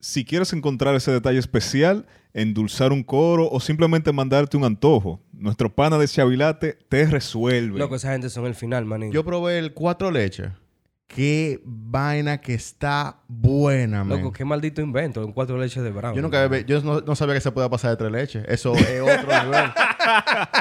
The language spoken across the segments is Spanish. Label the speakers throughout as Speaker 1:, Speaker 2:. Speaker 1: Si quieres encontrar ese detalle especial, endulzar un coro o simplemente mandarte un antojo, nuestro pana de Chavilate te resuelve.
Speaker 2: Loco, esa gente son el final, manín.
Speaker 3: Yo probé el cuatro leches. Qué vaina que está buena, man.
Speaker 2: Loco, qué maldito invento, un cuatro leches de brown.
Speaker 3: Yo nunca había- yo no, no sabía que se podía pasar de tres leches. Eso es otro nivel.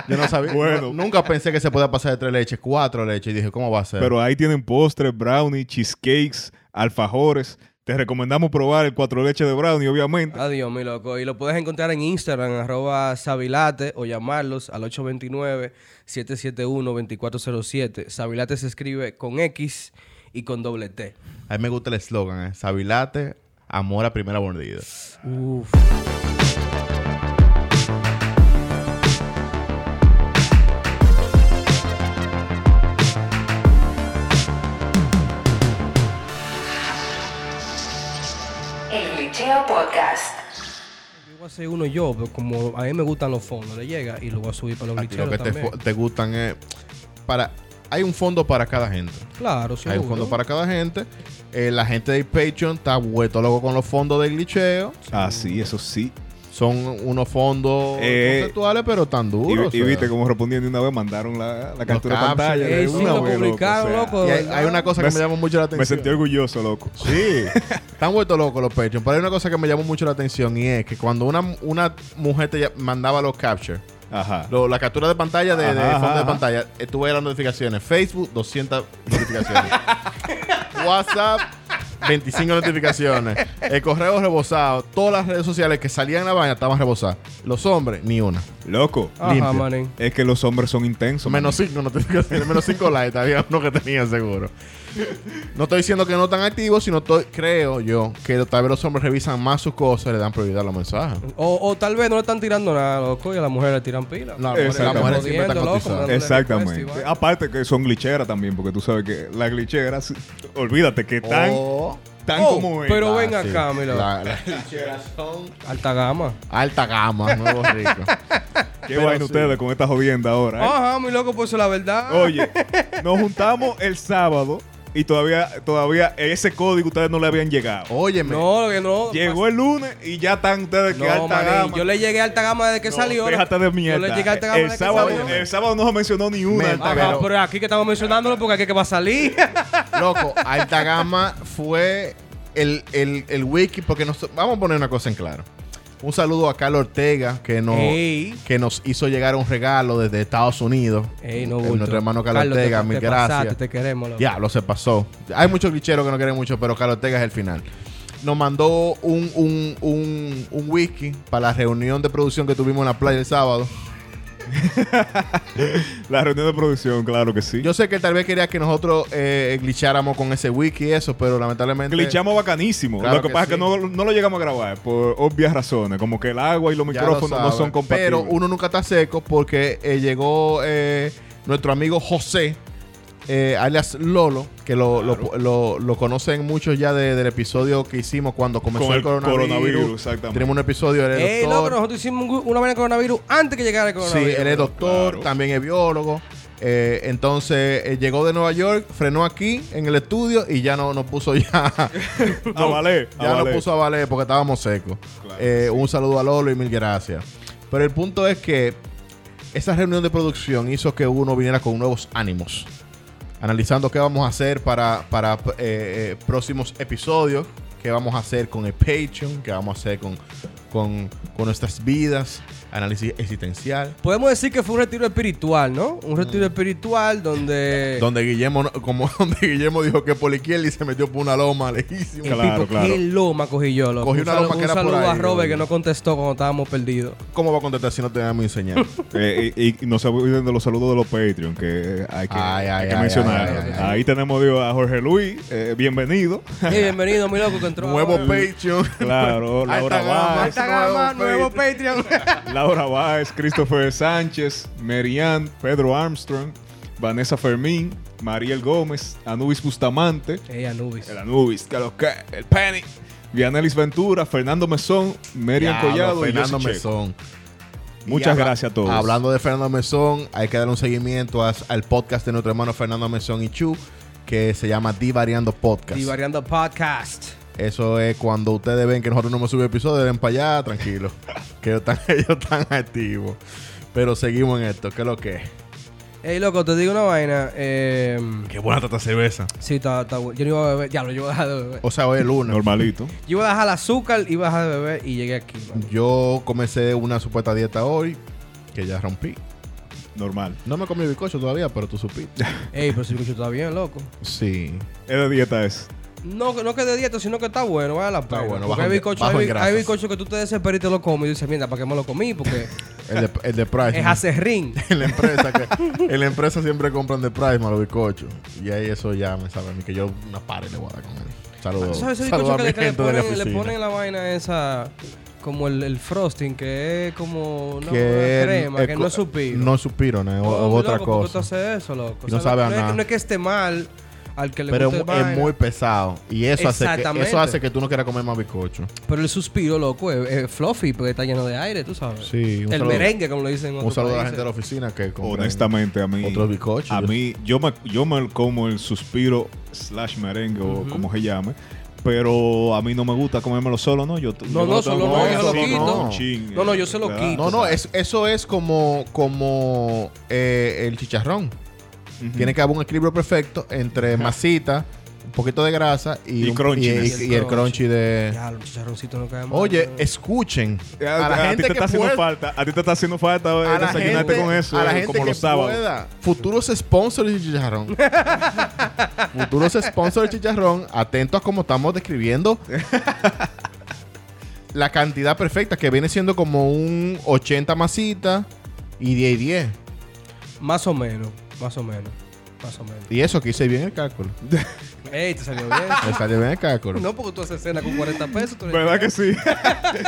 Speaker 3: Yo no sabía.
Speaker 1: Bueno.
Speaker 3: no- nunca pensé que se podía pasar de tres leches, cuatro leches. Y dije, ¿cómo va a ser?
Speaker 1: Pero ahí tienen postres, brownie, cheesecakes, alfajores. Te recomendamos probar el cuatro leche de brownie, obviamente.
Speaker 2: Adiós, mi loco. Y lo puedes encontrar en Instagram, arroba Sabilate, o llamarlos al 829-771-2407. Sabilate se escribe con X y con doble T.
Speaker 3: A mí me gusta el eslogan, ¿eh? Sabilate, amor a primera mordida.
Speaker 2: Uf.
Speaker 4: El Liceo Podcast.
Speaker 2: Yo voy a hacer uno yo, pero como a mí me gustan los fondos, le llega y lo voy a subir para los
Speaker 3: A ti lo
Speaker 2: bicheros
Speaker 3: que te,
Speaker 2: también.
Speaker 3: fo- te gustan es... Para, hay un fondo para cada gente.
Speaker 2: Claro,
Speaker 3: Hay
Speaker 2: seguro.
Speaker 3: un fondo para cada gente. Eh, la gente de Patreon está vuelto loco con los fondos del glitcheo.
Speaker 1: Ah, sí, eso sí.
Speaker 3: Son unos fondos
Speaker 1: Eh,
Speaker 3: conceptuales, pero tan
Speaker 1: Y,
Speaker 3: duros.
Speaker 1: y
Speaker 3: o sea.
Speaker 1: viste cómo respondían de una vez, mandaron la, la captura de
Speaker 3: captions,
Speaker 1: pantalla. de
Speaker 2: Ey, sí,
Speaker 1: una
Speaker 2: lo
Speaker 1: vez,
Speaker 2: publicaron,
Speaker 1: o sea,
Speaker 2: loco.
Speaker 3: Y hay, hay una cosa que
Speaker 1: Me
Speaker 3: me,
Speaker 1: se-
Speaker 3: llamó mucho la atención.
Speaker 1: Me sentí orgulloso, loco.
Speaker 3: Sí. Están vueltos locos los Patreon. Pero hay una cosa que me llamó mucho la atención y es que cuando una, una mujer te ya- mandaba los captures,
Speaker 1: Ajá.
Speaker 3: lo- la captura de pantalla de, de
Speaker 1: Ajá,
Speaker 3: fondo
Speaker 1: ajá,
Speaker 3: de
Speaker 1: ajá.
Speaker 3: pantalla, estuve las notificaciones. Facebook, 200 notificaciones. WhatsApp, 25 notificaciones. El correo rebosado. Todas las redes sociales que salían en la vaina estaban rebosadas. Los hombres, ni una.
Speaker 1: Loco.
Speaker 2: Ajá,
Speaker 3: limpio.
Speaker 2: manín.
Speaker 1: Es que los hombres son intensos.
Speaker 3: Menos 5 notificaciones, menos 5 likes. Había uno que tenía seguro. No estoy diciendo que no están activos, sino estoy- creo yo que tal vez los hombres revisan más sus cosas y le dan prioridad a los mensajes.
Speaker 2: O, o tal vez no le están tirando nada, loco, y a las mujeres le tiran pila.
Speaker 3: No, las mujeres- las mujeres siempre están
Speaker 2: Jodiendo, loco,
Speaker 3: cotizadas.
Speaker 2: man.
Speaker 1: Exactamente.
Speaker 2: Request, igual.
Speaker 1: Aparte que son glitcheras también, porque tú sabes que las glitcheras, olvídate que tan,
Speaker 3: Oh.
Speaker 1: tan
Speaker 2: Oh,
Speaker 1: como es.
Speaker 2: pero
Speaker 3: Ah,
Speaker 2: ven
Speaker 3: sí.
Speaker 2: acá, mi loco.
Speaker 3: La- Las licheras son
Speaker 2: Alta gama.
Speaker 3: alta gama, nuevo rico.
Speaker 1: ¿Qué
Speaker 3: pero
Speaker 1: vaina
Speaker 3: sí.
Speaker 1: ustedes con esta jodienda ahora? eh?
Speaker 2: Ajá, mi loco, pues la verdad.
Speaker 1: Oye, nos juntamos el sábado y todavía, todavía ese código ustedes no le habían llegado.
Speaker 3: Óyeme.
Speaker 2: No, que no.
Speaker 1: Llegó el lunes y ya están ustedes que
Speaker 2: Oh, No,
Speaker 1: alta
Speaker 2: manín,
Speaker 1: gama.
Speaker 2: yo le llegué a alta gama desde que
Speaker 1: No,
Speaker 2: salió.
Speaker 1: Déjate de
Speaker 2: Yo
Speaker 1: mierda.
Speaker 2: le llegué a alta gama
Speaker 1: el,
Speaker 2: desde
Speaker 1: sábado,
Speaker 2: que salió.
Speaker 1: el sábado no se mencionó ni una.
Speaker 3: Menta,
Speaker 2: Ajá,
Speaker 3: pero-
Speaker 2: pero aquí que estamos mencionándolo porque aquí que va a salir.
Speaker 3: Loco, alta gama fue el, el, el wiki, porque nos, vamos a poner una cosa en claro. Un saludo a Carlos Ortega, que nos,
Speaker 2: Ey.
Speaker 3: que nos hizo llegar un regalo desde Estados Unidos.
Speaker 2: Ey, no,
Speaker 3: Eh,
Speaker 2: bulto.
Speaker 3: Nuestro hermano Carlos,
Speaker 2: Carlos,
Speaker 3: Ortega,
Speaker 2: te-
Speaker 3: mil
Speaker 2: te pasaste,
Speaker 3: gracias.
Speaker 2: te queremos, loco.
Speaker 3: Ya, lo se pasó. Hay muchos glitcheros que no quieren mucho, pero Carlos Ortega es el final. Nos mandó un, un, un, un whisky para la reunión de producción que tuvimos en la playa el sábado.
Speaker 1: La reunión de producción, claro que sí.
Speaker 3: Yo sé que él tal vez quería que nosotros eh, glitcháramos con ese wiki y eso, pero lamentablemente...
Speaker 1: Glitchamos bacanísimo.
Speaker 3: Claro
Speaker 1: lo que,
Speaker 3: que
Speaker 1: pasa es que
Speaker 3: sí.
Speaker 1: no, no lo llegamos a grabar por obvias razones. Como que el agua y los
Speaker 3: Ya
Speaker 1: micrófonos
Speaker 3: lo
Speaker 1: no
Speaker 3: saben.
Speaker 1: son compatibles.
Speaker 3: Pero uno nunca está seco porque eh, llegó eh, nuestro amigo José, eh, alias Lolo, que lo, lo- lo- lo conocen muchos ya de- del episodio que hicimos cuando comenzó
Speaker 1: Con
Speaker 3: el,
Speaker 1: el
Speaker 3: coronavirus.
Speaker 1: coronavirus, exactamente.
Speaker 3: Tenemos un episodio, él es
Speaker 2: Ey, loco,
Speaker 3: doctor.
Speaker 2: nosotros hicimos un gu- una vaina de coronavirus antes que llegara el
Speaker 3: sí,
Speaker 2: coronavirus.
Speaker 3: él es doctor,
Speaker 1: Claro.
Speaker 3: también es biólogo. Eh, entonces eh, llegó de Nueva York, frenó aquí en el estudio y ya no nos puso ya.
Speaker 1: Ah, vale, ah,
Speaker 3: Ya lo
Speaker 1: vale.
Speaker 3: puso a valer porque estábamos secos.
Speaker 1: Claro,
Speaker 3: Eh,
Speaker 1: sí.
Speaker 3: Un saludo a Lolo y mil gracias. Pero el punto es que esa reunión de producción hizo que uno viniera con nuevos ánimos. Analizando qué vamos a hacer para, para eh, eh, próximos episodios, qué vamos a hacer con el Patreon, qué vamos a hacer con, con, con nuestras vidas, análisis existencial.
Speaker 2: Podemos decir que fue un retiro espiritual, ¿no? Un retiro espiritual donde.
Speaker 3: Donde Guillermo, no- como donde Guillermo dijo que por la izquierda y se metió por una loma lejísima.
Speaker 2: Y
Speaker 1: Claro,
Speaker 2: tipo,
Speaker 1: claro.
Speaker 2: Qué loma cogí yo, loco.
Speaker 3: Cogí una
Speaker 2: Un saludo-
Speaker 3: loma que era
Speaker 2: Un
Speaker 3: por
Speaker 2: saludo a
Speaker 3: ahí,
Speaker 2: Robert
Speaker 3: loco.
Speaker 2: que no contestó cuando estábamos perdidos.
Speaker 3: ¿Cómo va a contestar si no te damos a enseñar?
Speaker 1: Eh, y, y no se olviden de los saludos de los Patreon, que hay que,
Speaker 3: Ay, ay,
Speaker 1: hay que
Speaker 3: ay,
Speaker 1: mencionar.
Speaker 3: ay, ay, ay.
Speaker 1: Ahí tenemos digo, a Jorge Luis, eh, bienvenido.
Speaker 2: Ey, bienvenido, mi loco, que entró.
Speaker 3: Nuevo
Speaker 2: ahora.
Speaker 3: Patreon.
Speaker 1: Claro, Laura
Speaker 3: Alta gama.
Speaker 1: Báez,
Speaker 2: Alta gama, nuevo
Speaker 3: Nuevo
Speaker 2: Patreon.
Speaker 1: Laura Báez, Christopher Sánchez, Merian, Pedro Armstrong, Vanessa Fermín, Mariel Gómez, Anubis Bustamante,
Speaker 2: Ey, Anubis.
Speaker 1: el Anubis, que lo que- el Penny, Vianelis Ventura, Fernando Mesón, Merian
Speaker 3: Diablo,
Speaker 1: Collado
Speaker 3: Fernando
Speaker 1: y Jesse Checo.
Speaker 3: Mesón.
Speaker 1: Muchas
Speaker 3: Y habla-
Speaker 1: gracias a todos.
Speaker 3: Hablando de Fernando Mesón, hay que darle un seguimiento a- al podcast de nuestro hermano Fernando Mesón y Chu, que se llama Divariando Podcast.
Speaker 2: Divariando Podcast.
Speaker 3: Eso es cuando ustedes ven que nosotros no hemos subido episodio, den para allá, tranquilo. que ellos están, ellos están activos. Pero seguimos en esto, ¿qué es lo que es?
Speaker 2: Ey, loco, te digo una vaina. Eh,
Speaker 5: Qué buena trata cerveza.
Speaker 2: sí, está, está bueno. Yo no iba a beber. Diablo, yo iba a dejar de beber.
Speaker 3: O sea, hoy es lunes.
Speaker 1: Normalito.
Speaker 2: Yo iba a dejar el azúcar, iba a dejar de beber y llegué aquí. mano.
Speaker 3: Yo comencé una supuesta dieta hoy, que ya rompí.
Speaker 1: Normal.
Speaker 3: No me comí el bizcocho todavía, pero tú supiste.
Speaker 2: Ey, pero si me está bien, loco.
Speaker 3: Sí.
Speaker 1: Esa dieta es.
Speaker 2: No, no que de dieta, sino que está bueno, vale la pena.
Speaker 3: bueno,
Speaker 2: Porque
Speaker 3: bajo
Speaker 2: hay
Speaker 3: en-
Speaker 2: bizcocho,
Speaker 3: bajo
Speaker 2: hay,
Speaker 3: en
Speaker 2: bi-
Speaker 3: grasas.
Speaker 2: hay bizcocho que tú te desesperas y te lo comes y dices, mierda, ¿para qué me lo comí? Porque
Speaker 3: El de, el de Price.
Speaker 2: es acerrín.
Speaker 3: En la empresa que en la empresa siempre compran de Price más los bizcochos. Y ahí eso ya me sabe a mí que yo una pared le voy a dar con él. Saludos.
Speaker 2: Ah, ¿Sabes ese
Speaker 3: Saludos
Speaker 2: bizcocho
Speaker 3: a
Speaker 2: que,
Speaker 3: mi
Speaker 2: le, que le
Speaker 3: gente de la
Speaker 2: ponen, le
Speaker 3: oficina.
Speaker 2: ponen la vaina esa, como el, el frosting, que es como una
Speaker 3: Que el-
Speaker 2: crema,
Speaker 3: el
Speaker 2: que
Speaker 3: co-
Speaker 2: no es supino?
Speaker 3: No es supiro, no, es o-
Speaker 2: Oh,
Speaker 3: es otra
Speaker 2: loco, ¿por qué tú
Speaker 3: cosa.
Speaker 2: haces eso, loco?
Speaker 3: No sabe a
Speaker 2: es que-
Speaker 3: nada.
Speaker 2: no es que esté mal al que le
Speaker 3: Pero
Speaker 2: guste
Speaker 3: es,
Speaker 2: el
Speaker 3: mu- es
Speaker 2: vaina,
Speaker 3: muy pesado. Y eso hace, que,
Speaker 2: Exactamente.
Speaker 3: eso hace que tú no quieras comer más bizcocho.
Speaker 2: Pero el suspiro, loco, es, es fluffy porque está lleno de aire, tú sabes.
Speaker 3: Sí, un
Speaker 2: el
Speaker 3: saludo.
Speaker 2: merengue, como lo dicen en eh.
Speaker 3: Un
Speaker 2: otros
Speaker 3: saludo a la
Speaker 2: países.
Speaker 3: gente de la oficina que compran
Speaker 1: Honestamente, a mí.
Speaker 3: otros bizcochos.
Speaker 1: A mí, yo me, yo me como el suspiro slash merengue o como se llame. Pero a mí no me gusta comérmelo solo, ¿no? Yo,
Speaker 2: No, no, solo
Speaker 3: no, yo lo quito.
Speaker 2: No, no, yo se lo quito.
Speaker 3: No, no, es- eso es como, como eh, el chicharrón. Tiene que haber un equilibrio perfecto entre masita, un poquito de grasa y,
Speaker 1: Y
Speaker 3: un-
Speaker 1: crunchiness.
Speaker 3: y- y- y el crunchy de...
Speaker 2: Ya, los chicharroncitos no caen mal. eh.
Speaker 3: Oye, escuchen. eh, A la
Speaker 1: a, ti
Speaker 3: gente
Speaker 1: te
Speaker 3: que
Speaker 1: está haciendo
Speaker 3: pueda...
Speaker 1: falta. A ti te está haciendo falta eh,
Speaker 3: A la
Speaker 1: desayunarte
Speaker 3: gente,
Speaker 1: con eso,
Speaker 3: a la
Speaker 1: eh,
Speaker 3: gente
Speaker 1: como
Speaker 3: que
Speaker 1: los sábados.
Speaker 3: pueda. Futuros sponsors de chicharrón. Futuros sponsors de chicharrón. Atentos a cómo estamos describiendo la cantidad perfecta que viene siendo como un 80 masita y 10 y 10.
Speaker 2: Más o menos, más o menos, más o menos.
Speaker 3: Y eso que hice bien el cálculo.
Speaker 2: Ey, te salió bien.
Speaker 3: Me salió bien el cálculo.
Speaker 2: no porque tú haces cena con 40 pesos. Tú eres-
Speaker 1: ¿Verdad que sí?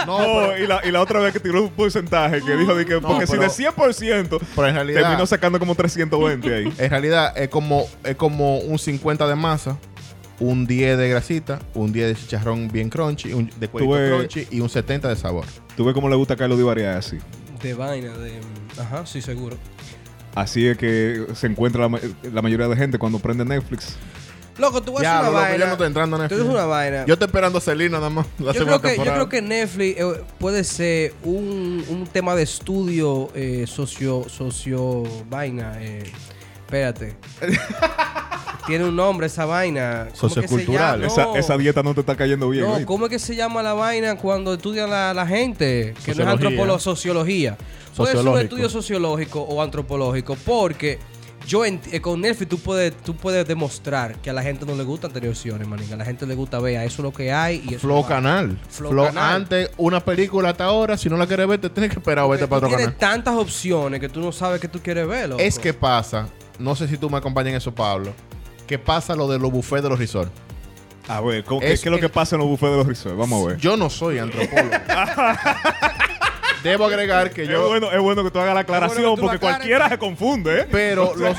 Speaker 3: No,
Speaker 1: No, y la, y la otra vez que tiró un porcentaje que dijo de que, porque
Speaker 3: pero-
Speaker 1: si de 100%,
Speaker 3: pero en
Speaker 1: terminó
Speaker 3: realidad,
Speaker 1: sacando como 320 ahí.
Speaker 3: en realidad es como, es como un 50 de masa, un 10 de grasita, un 10 de chicharrón bien crunchy, un de cuello
Speaker 1: ves-
Speaker 3: crunchy y un 70 de sabor.
Speaker 1: Tú ves cómo le gusta a Carlos Di Variedad así.
Speaker 2: De vaina, de... Ajá, sí, seguro.
Speaker 1: Así es que se encuentra la, ma- la mayoría de gente cuando prende Netflix.
Speaker 2: Loco, tú vas a
Speaker 3: Ya,
Speaker 2: hacer
Speaker 3: loco,
Speaker 2: una
Speaker 3: yo
Speaker 2: vaina.
Speaker 3: no estoy entrando en
Speaker 2: Tú
Speaker 3: Netflix.
Speaker 2: eres una vaina.
Speaker 3: Yo estoy esperando a Celina nada más. La
Speaker 2: Yo creo,
Speaker 3: segunda
Speaker 2: que, yo
Speaker 3: temporada.
Speaker 2: creo que Netflix eh, puede ser un, un tema de estudio eh, socio, socio vaina. eh, espérate. Tiene un nombre esa vaina. ¿Cómo que se
Speaker 3: Sociocultural.
Speaker 2: llama? No,
Speaker 1: Esa, esa dieta no te está cayendo bien.
Speaker 2: no,
Speaker 1: ¿oíste?
Speaker 2: ¿cómo es que se llama la vaina cuando estudian la, la gente? Que no es
Speaker 3: Sociología.
Speaker 2: antropología, sociología. Puede ser un
Speaker 3: Sociológico.
Speaker 2: estudio sociológico o antropológico porque yo ent- eh, con Netflix tú puedes, tú puedes demostrar que a la gente no le gustan televisiones, manín. A la gente le gusta ver, a eso es lo que hay y eso
Speaker 3: Flow
Speaker 2: va.
Speaker 3: Canal.
Speaker 2: Flow
Speaker 3: Flow,
Speaker 2: Canal.
Speaker 3: Antes, una película hasta ahora, si no la quieres ver, te tienes que esperar o
Speaker 2: Porque
Speaker 3: vete para
Speaker 2: tú
Speaker 3: otro
Speaker 2: Tienes
Speaker 3: canal.
Speaker 2: tantas opciones que tú no sabes que tú quieres ver, loco.
Speaker 3: Es que pasa, no sé si tú me acompañas en eso, Pablo, que pasa lo de los buffets de los resorts.
Speaker 1: A ver, ¿cómo-
Speaker 3: Es-
Speaker 1: ¿qué es lo que pasa en los buffets de los resorts? Vamos a ver.
Speaker 3: Yo no soy antropólogo. Debo agregar que
Speaker 1: es,
Speaker 3: yo...
Speaker 1: bueno, es bueno que tú hagas la aclaración
Speaker 2: bueno que tú
Speaker 1: porque
Speaker 2: lo aclares.
Speaker 1: cualquiera se confunde, ¿eh?
Speaker 3: Pero los,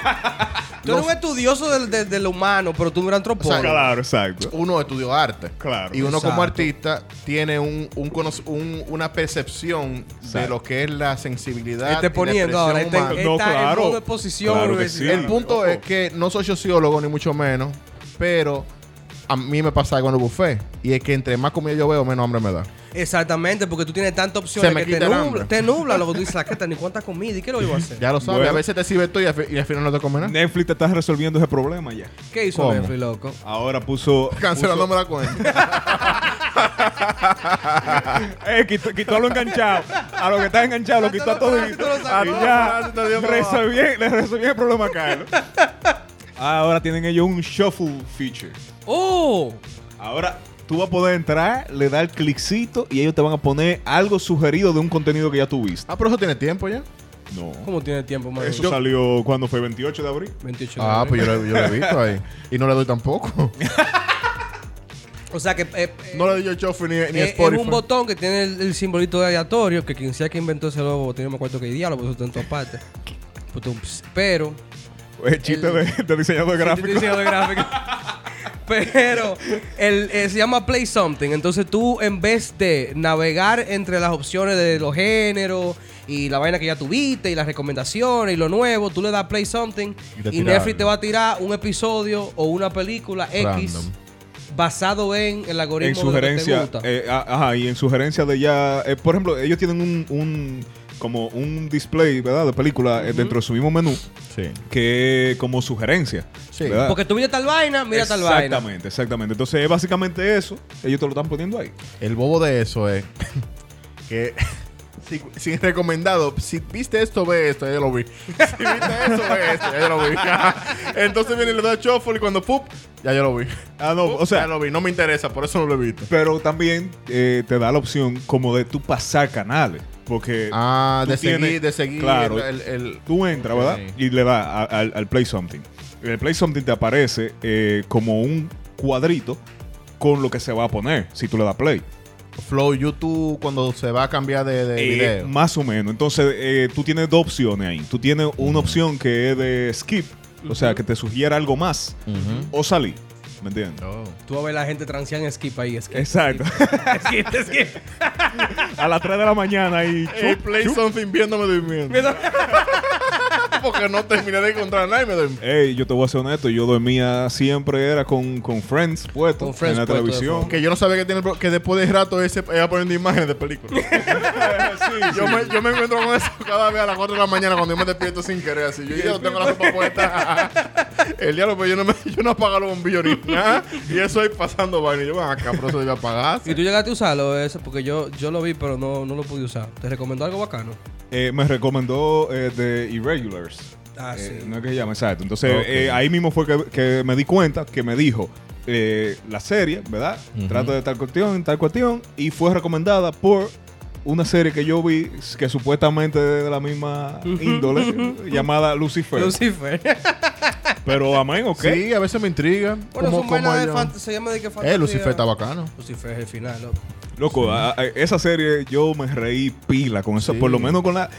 Speaker 2: tú eres un estudioso del, del, del humano, pero tú no eres antropólogo.
Speaker 1: Claro, exacto.
Speaker 3: uno estudió arte.
Speaker 1: Claro.
Speaker 3: Y uno
Speaker 2: Exacto.
Speaker 3: como artista tiene un, un cono- un- una percepción de
Speaker 1: Exacto.
Speaker 3: lo que es la sensibilidad.
Speaker 2: Esté
Speaker 3: y la
Speaker 2: poniendo
Speaker 3: expresión
Speaker 2: ahora, está,
Speaker 3: humana.
Speaker 1: No,
Speaker 2: está
Speaker 1: claro.
Speaker 2: en modo de posición.
Speaker 1: Claro que
Speaker 2: universidad.
Speaker 1: sí.
Speaker 3: El punto
Speaker 1: Ojo.
Speaker 3: es que no soy sociólogo ni mucho menos, pero a mí me pasa algo en el buffet. Y es que entre más comida yo veo, menos hambre me da.
Speaker 2: Exactamente, porque tú tienes tantas opciones
Speaker 3: Se me
Speaker 2: que
Speaker 3: quita
Speaker 2: te
Speaker 3: el
Speaker 2: nubla,
Speaker 3: hambre.
Speaker 2: te nubla lo que tú dices, "Ah, ¿qué tal? ni cuánta comida y qué lo iba a hacer.
Speaker 3: Ya lo sabes,
Speaker 1: Bueno.
Speaker 3: a veces te sirve tú y al, fi- y al final no te comes nada.
Speaker 1: Netflix te está resolviendo ese problema ya.
Speaker 2: ¿Qué hizo
Speaker 3: ¿Cómo?
Speaker 2: Netflix, loco?
Speaker 1: Ahora puso.
Speaker 3: Cancelándome la cuenta.
Speaker 1: puso- Eh, quitó, quitó a lo enganchado. A lo que está enganchado, lo quitó a todo. Y
Speaker 2: Tú lo sacó,
Speaker 1: Ah, ya.
Speaker 3: tú lo sacó.
Speaker 1: Resolví, le resolví el problema a Carlos. Ahora tienen ellos un shuffle feature.
Speaker 2: ¡Oh!
Speaker 1: Ahora tú vas a poder entrar, le dar cliccito y ellos te van a poner algo sugerido de un contenido que ya tuviste.
Speaker 3: ah, pero eso tiene tiempo ya.
Speaker 1: No.
Speaker 2: ¿Cómo tiene tiempo, man?
Speaker 1: Eso salió cuando fue 28 de abril.
Speaker 2: 28 de
Speaker 3: Ah,
Speaker 2: abril.
Speaker 3: pues yo lo, yo lo he visto ahí. Y no le doy tampoco.
Speaker 2: O sea que eh, eh,
Speaker 3: no le doy yo chofi ni, ni
Speaker 2: eh, es
Speaker 3: Spotify.
Speaker 2: un botón que tiene el, el simbolito de aleatorio, que quien sea que inventó ese logo, tiene más cuarto que el diablo, por eso está en todas partes. Puto, ps, Pero...
Speaker 1: El chiste
Speaker 2: El-
Speaker 1: de, de diseñador
Speaker 2: Sí, estoy
Speaker 1: gráfico.
Speaker 2: diciendo gráfico. Pero el, eh, se llama Play Something. Entonces tú, en vez de navegar entre las opciones de los géneros y la vaina que ya tuviste y las recomendaciones y lo nuevo, tú le das Play Something
Speaker 3: Y te
Speaker 2: y,
Speaker 3: tira
Speaker 2: Netflix
Speaker 3: algo.
Speaker 2: te va a tirar un episodio o una película X
Speaker 3: Random.
Speaker 2: basado en el
Speaker 1: en
Speaker 2: algoritmo de lo que te
Speaker 1: sugerencia
Speaker 2: gusta.
Speaker 1: eh, a- ajá y en sugerencia de ya eh, por ejemplo ellos tienen un, un- como un display verdad de película eh, dentro de su mismo menú
Speaker 3: Sí.
Speaker 1: que como sugerencia
Speaker 3: Sí.
Speaker 1: ¿verdad?
Speaker 2: Porque tú mira tal vaina, mira tal vaina.
Speaker 1: exactamente exactamente entonces es básicamente eso ellos te lo están poniendo ahí
Speaker 3: El bobo de eso es que si, si es recomendado, si viste esto, ve esto, ya yo lo vi. Si viste esto, ve esto, ya yo lo vi. Entonces viene y le da shuffle y cuando pup, ya yo lo vi.
Speaker 1: ah no
Speaker 2: Oh,
Speaker 3: Pup,
Speaker 1: o sea
Speaker 3: ya lo vi, no me interesa, por eso no lo he visto.
Speaker 1: pero también eh, te da la opción como de tú pasar canales porque
Speaker 3: Ah,
Speaker 1: tú
Speaker 3: de
Speaker 1: tienes-
Speaker 3: seguir, de seguir
Speaker 1: claro
Speaker 3: el, el- el-
Speaker 1: Tú entras, ¿verdad?
Speaker 3: Ok.
Speaker 1: Y le das a- al, al Play Something. En el Play Something te aparece eh, como un cuadrito con lo que se va a poner si tú le das Play.
Speaker 3: flow YouTube cuando se va a cambiar de, de
Speaker 1: Eh,
Speaker 3: video.
Speaker 1: más o menos. Entonces, eh, tú tienes dos opciones ahí. Tú tienes una opción que es de skip, o sea, que te sugiera algo más,
Speaker 3: Ujú.
Speaker 1: o salir. ¿Me entiendes?
Speaker 3: Oh.
Speaker 2: Tú vas a ver la gente transean skip ahí, skip.
Speaker 1: Exacto.
Speaker 2: skip, skip.
Speaker 1: a las 3 de la mañana y...
Speaker 3: Hey,
Speaker 1: chup,
Speaker 3: Eh, play
Speaker 1: chup.
Speaker 3: something viéndome durmiendo. Porque no terminé de encontrar nada y me dormí.
Speaker 1: Ey, yo te voy a ser honesto, yo dormía siempre, era con, con Friends puesto
Speaker 2: Con Friends
Speaker 1: en la
Speaker 2: puesto de
Speaker 1: televisión.
Speaker 2: fondo.
Speaker 3: Que yo no sabía que, tiene, pro- que después de rato ese iba poniendo imágenes de películas.
Speaker 1: Sí,
Speaker 3: Yo
Speaker 1: sí.
Speaker 3: me, yo me encuentro con eso cada vez a las 4 de la mañana cuando yo me despierto sin querer así. Yo ya no tengo la ropa puesta. El diablo, pero yo no, me, yo no apago los bombillos ni nada. Y eso ahí pasando vaina. Y Yo, van acá, pero eso debe apagarse.
Speaker 2: Y tú llegaste a usarlo, eso, porque yo, yo lo vi, pero no, no lo pude usar. ¿Te recomendó algo bacano?
Speaker 1: Eh, me recomendó eh, The Irregulars.
Speaker 2: Ah,
Speaker 1: Eh,
Speaker 2: sí.
Speaker 1: No es que se llama, exacto. Entonces,
Speaker 3: Ok.
Speaker 1: eh, ahí mismo fue que, que me di cuenta que me dijo eh, la serie, ¿verdad? Trata de tal cuestión, tal cuestión, y fue recomendada por una serie que yo vi que supuestamente es de la misma índole, llamada Lucifer.
Speaker 2: Lucifer.
Speaker 1: Pero amén, ok.
Speaker 3: Sí, a veces me intriga.
Speaker 2: bueno,
Speaker 3: Como-
Speaker 2: son
Speaker 3: como
Speaker 2: vainas de
Speaker 3: ellos-
Speaker 2: fantasía. Se llama de que fantasía.
Speaker 3: Eh, Lucifer está bacano.
Speaker 2: Lucifer es el final, loco.
Speaker 1: Loco, a- a- esa serie yo me reí pila con eso,
Speaker 3: Sí.
Speaker 1: por lo menos con la...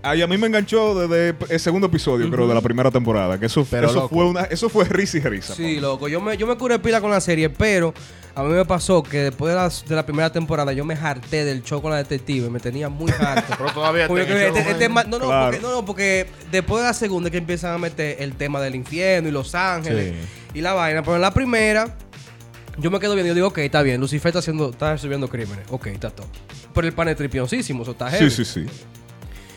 Speaker 1: Ay, a mí me enganchó desde el segundo episodio, creo, de la primera temporada. Que eso,
Speaker 3: Pero,
Speaker 1: eso
Speaker 3: loco.
Speaker 1: fue una, eso fue risa y risa.
Speaker 2: Sí, loco. Yo me, yo me curé pila con la serie, pero a mí me pasó que después de, las- de la primera temporada yo me harté del show con la detective. Me tenía muy harto.
Speaker 3: Pero todavía
Speaker 2: Porque
Speaker 3: te-
Speaker 2: este- este
Speaker 3: te-
Speaker 2: ma- no, no,
Speaker 1: Claro.
Speaker 2: porque, no, no, porque después de la segunda es que empiezan a meter el tema del infierno y Los Ángeles y la vaina. Pero en la primera, yo me quedo viendo y yo digo, ok, está bien, Lucifer está haciendo, está resolviendo crímenes. Ok, está todo. Pero el pan es tripiosísimo, eso está
Speaker 1: Sí,
Speaker 2: heavy.
Speaker 1: sí, sí.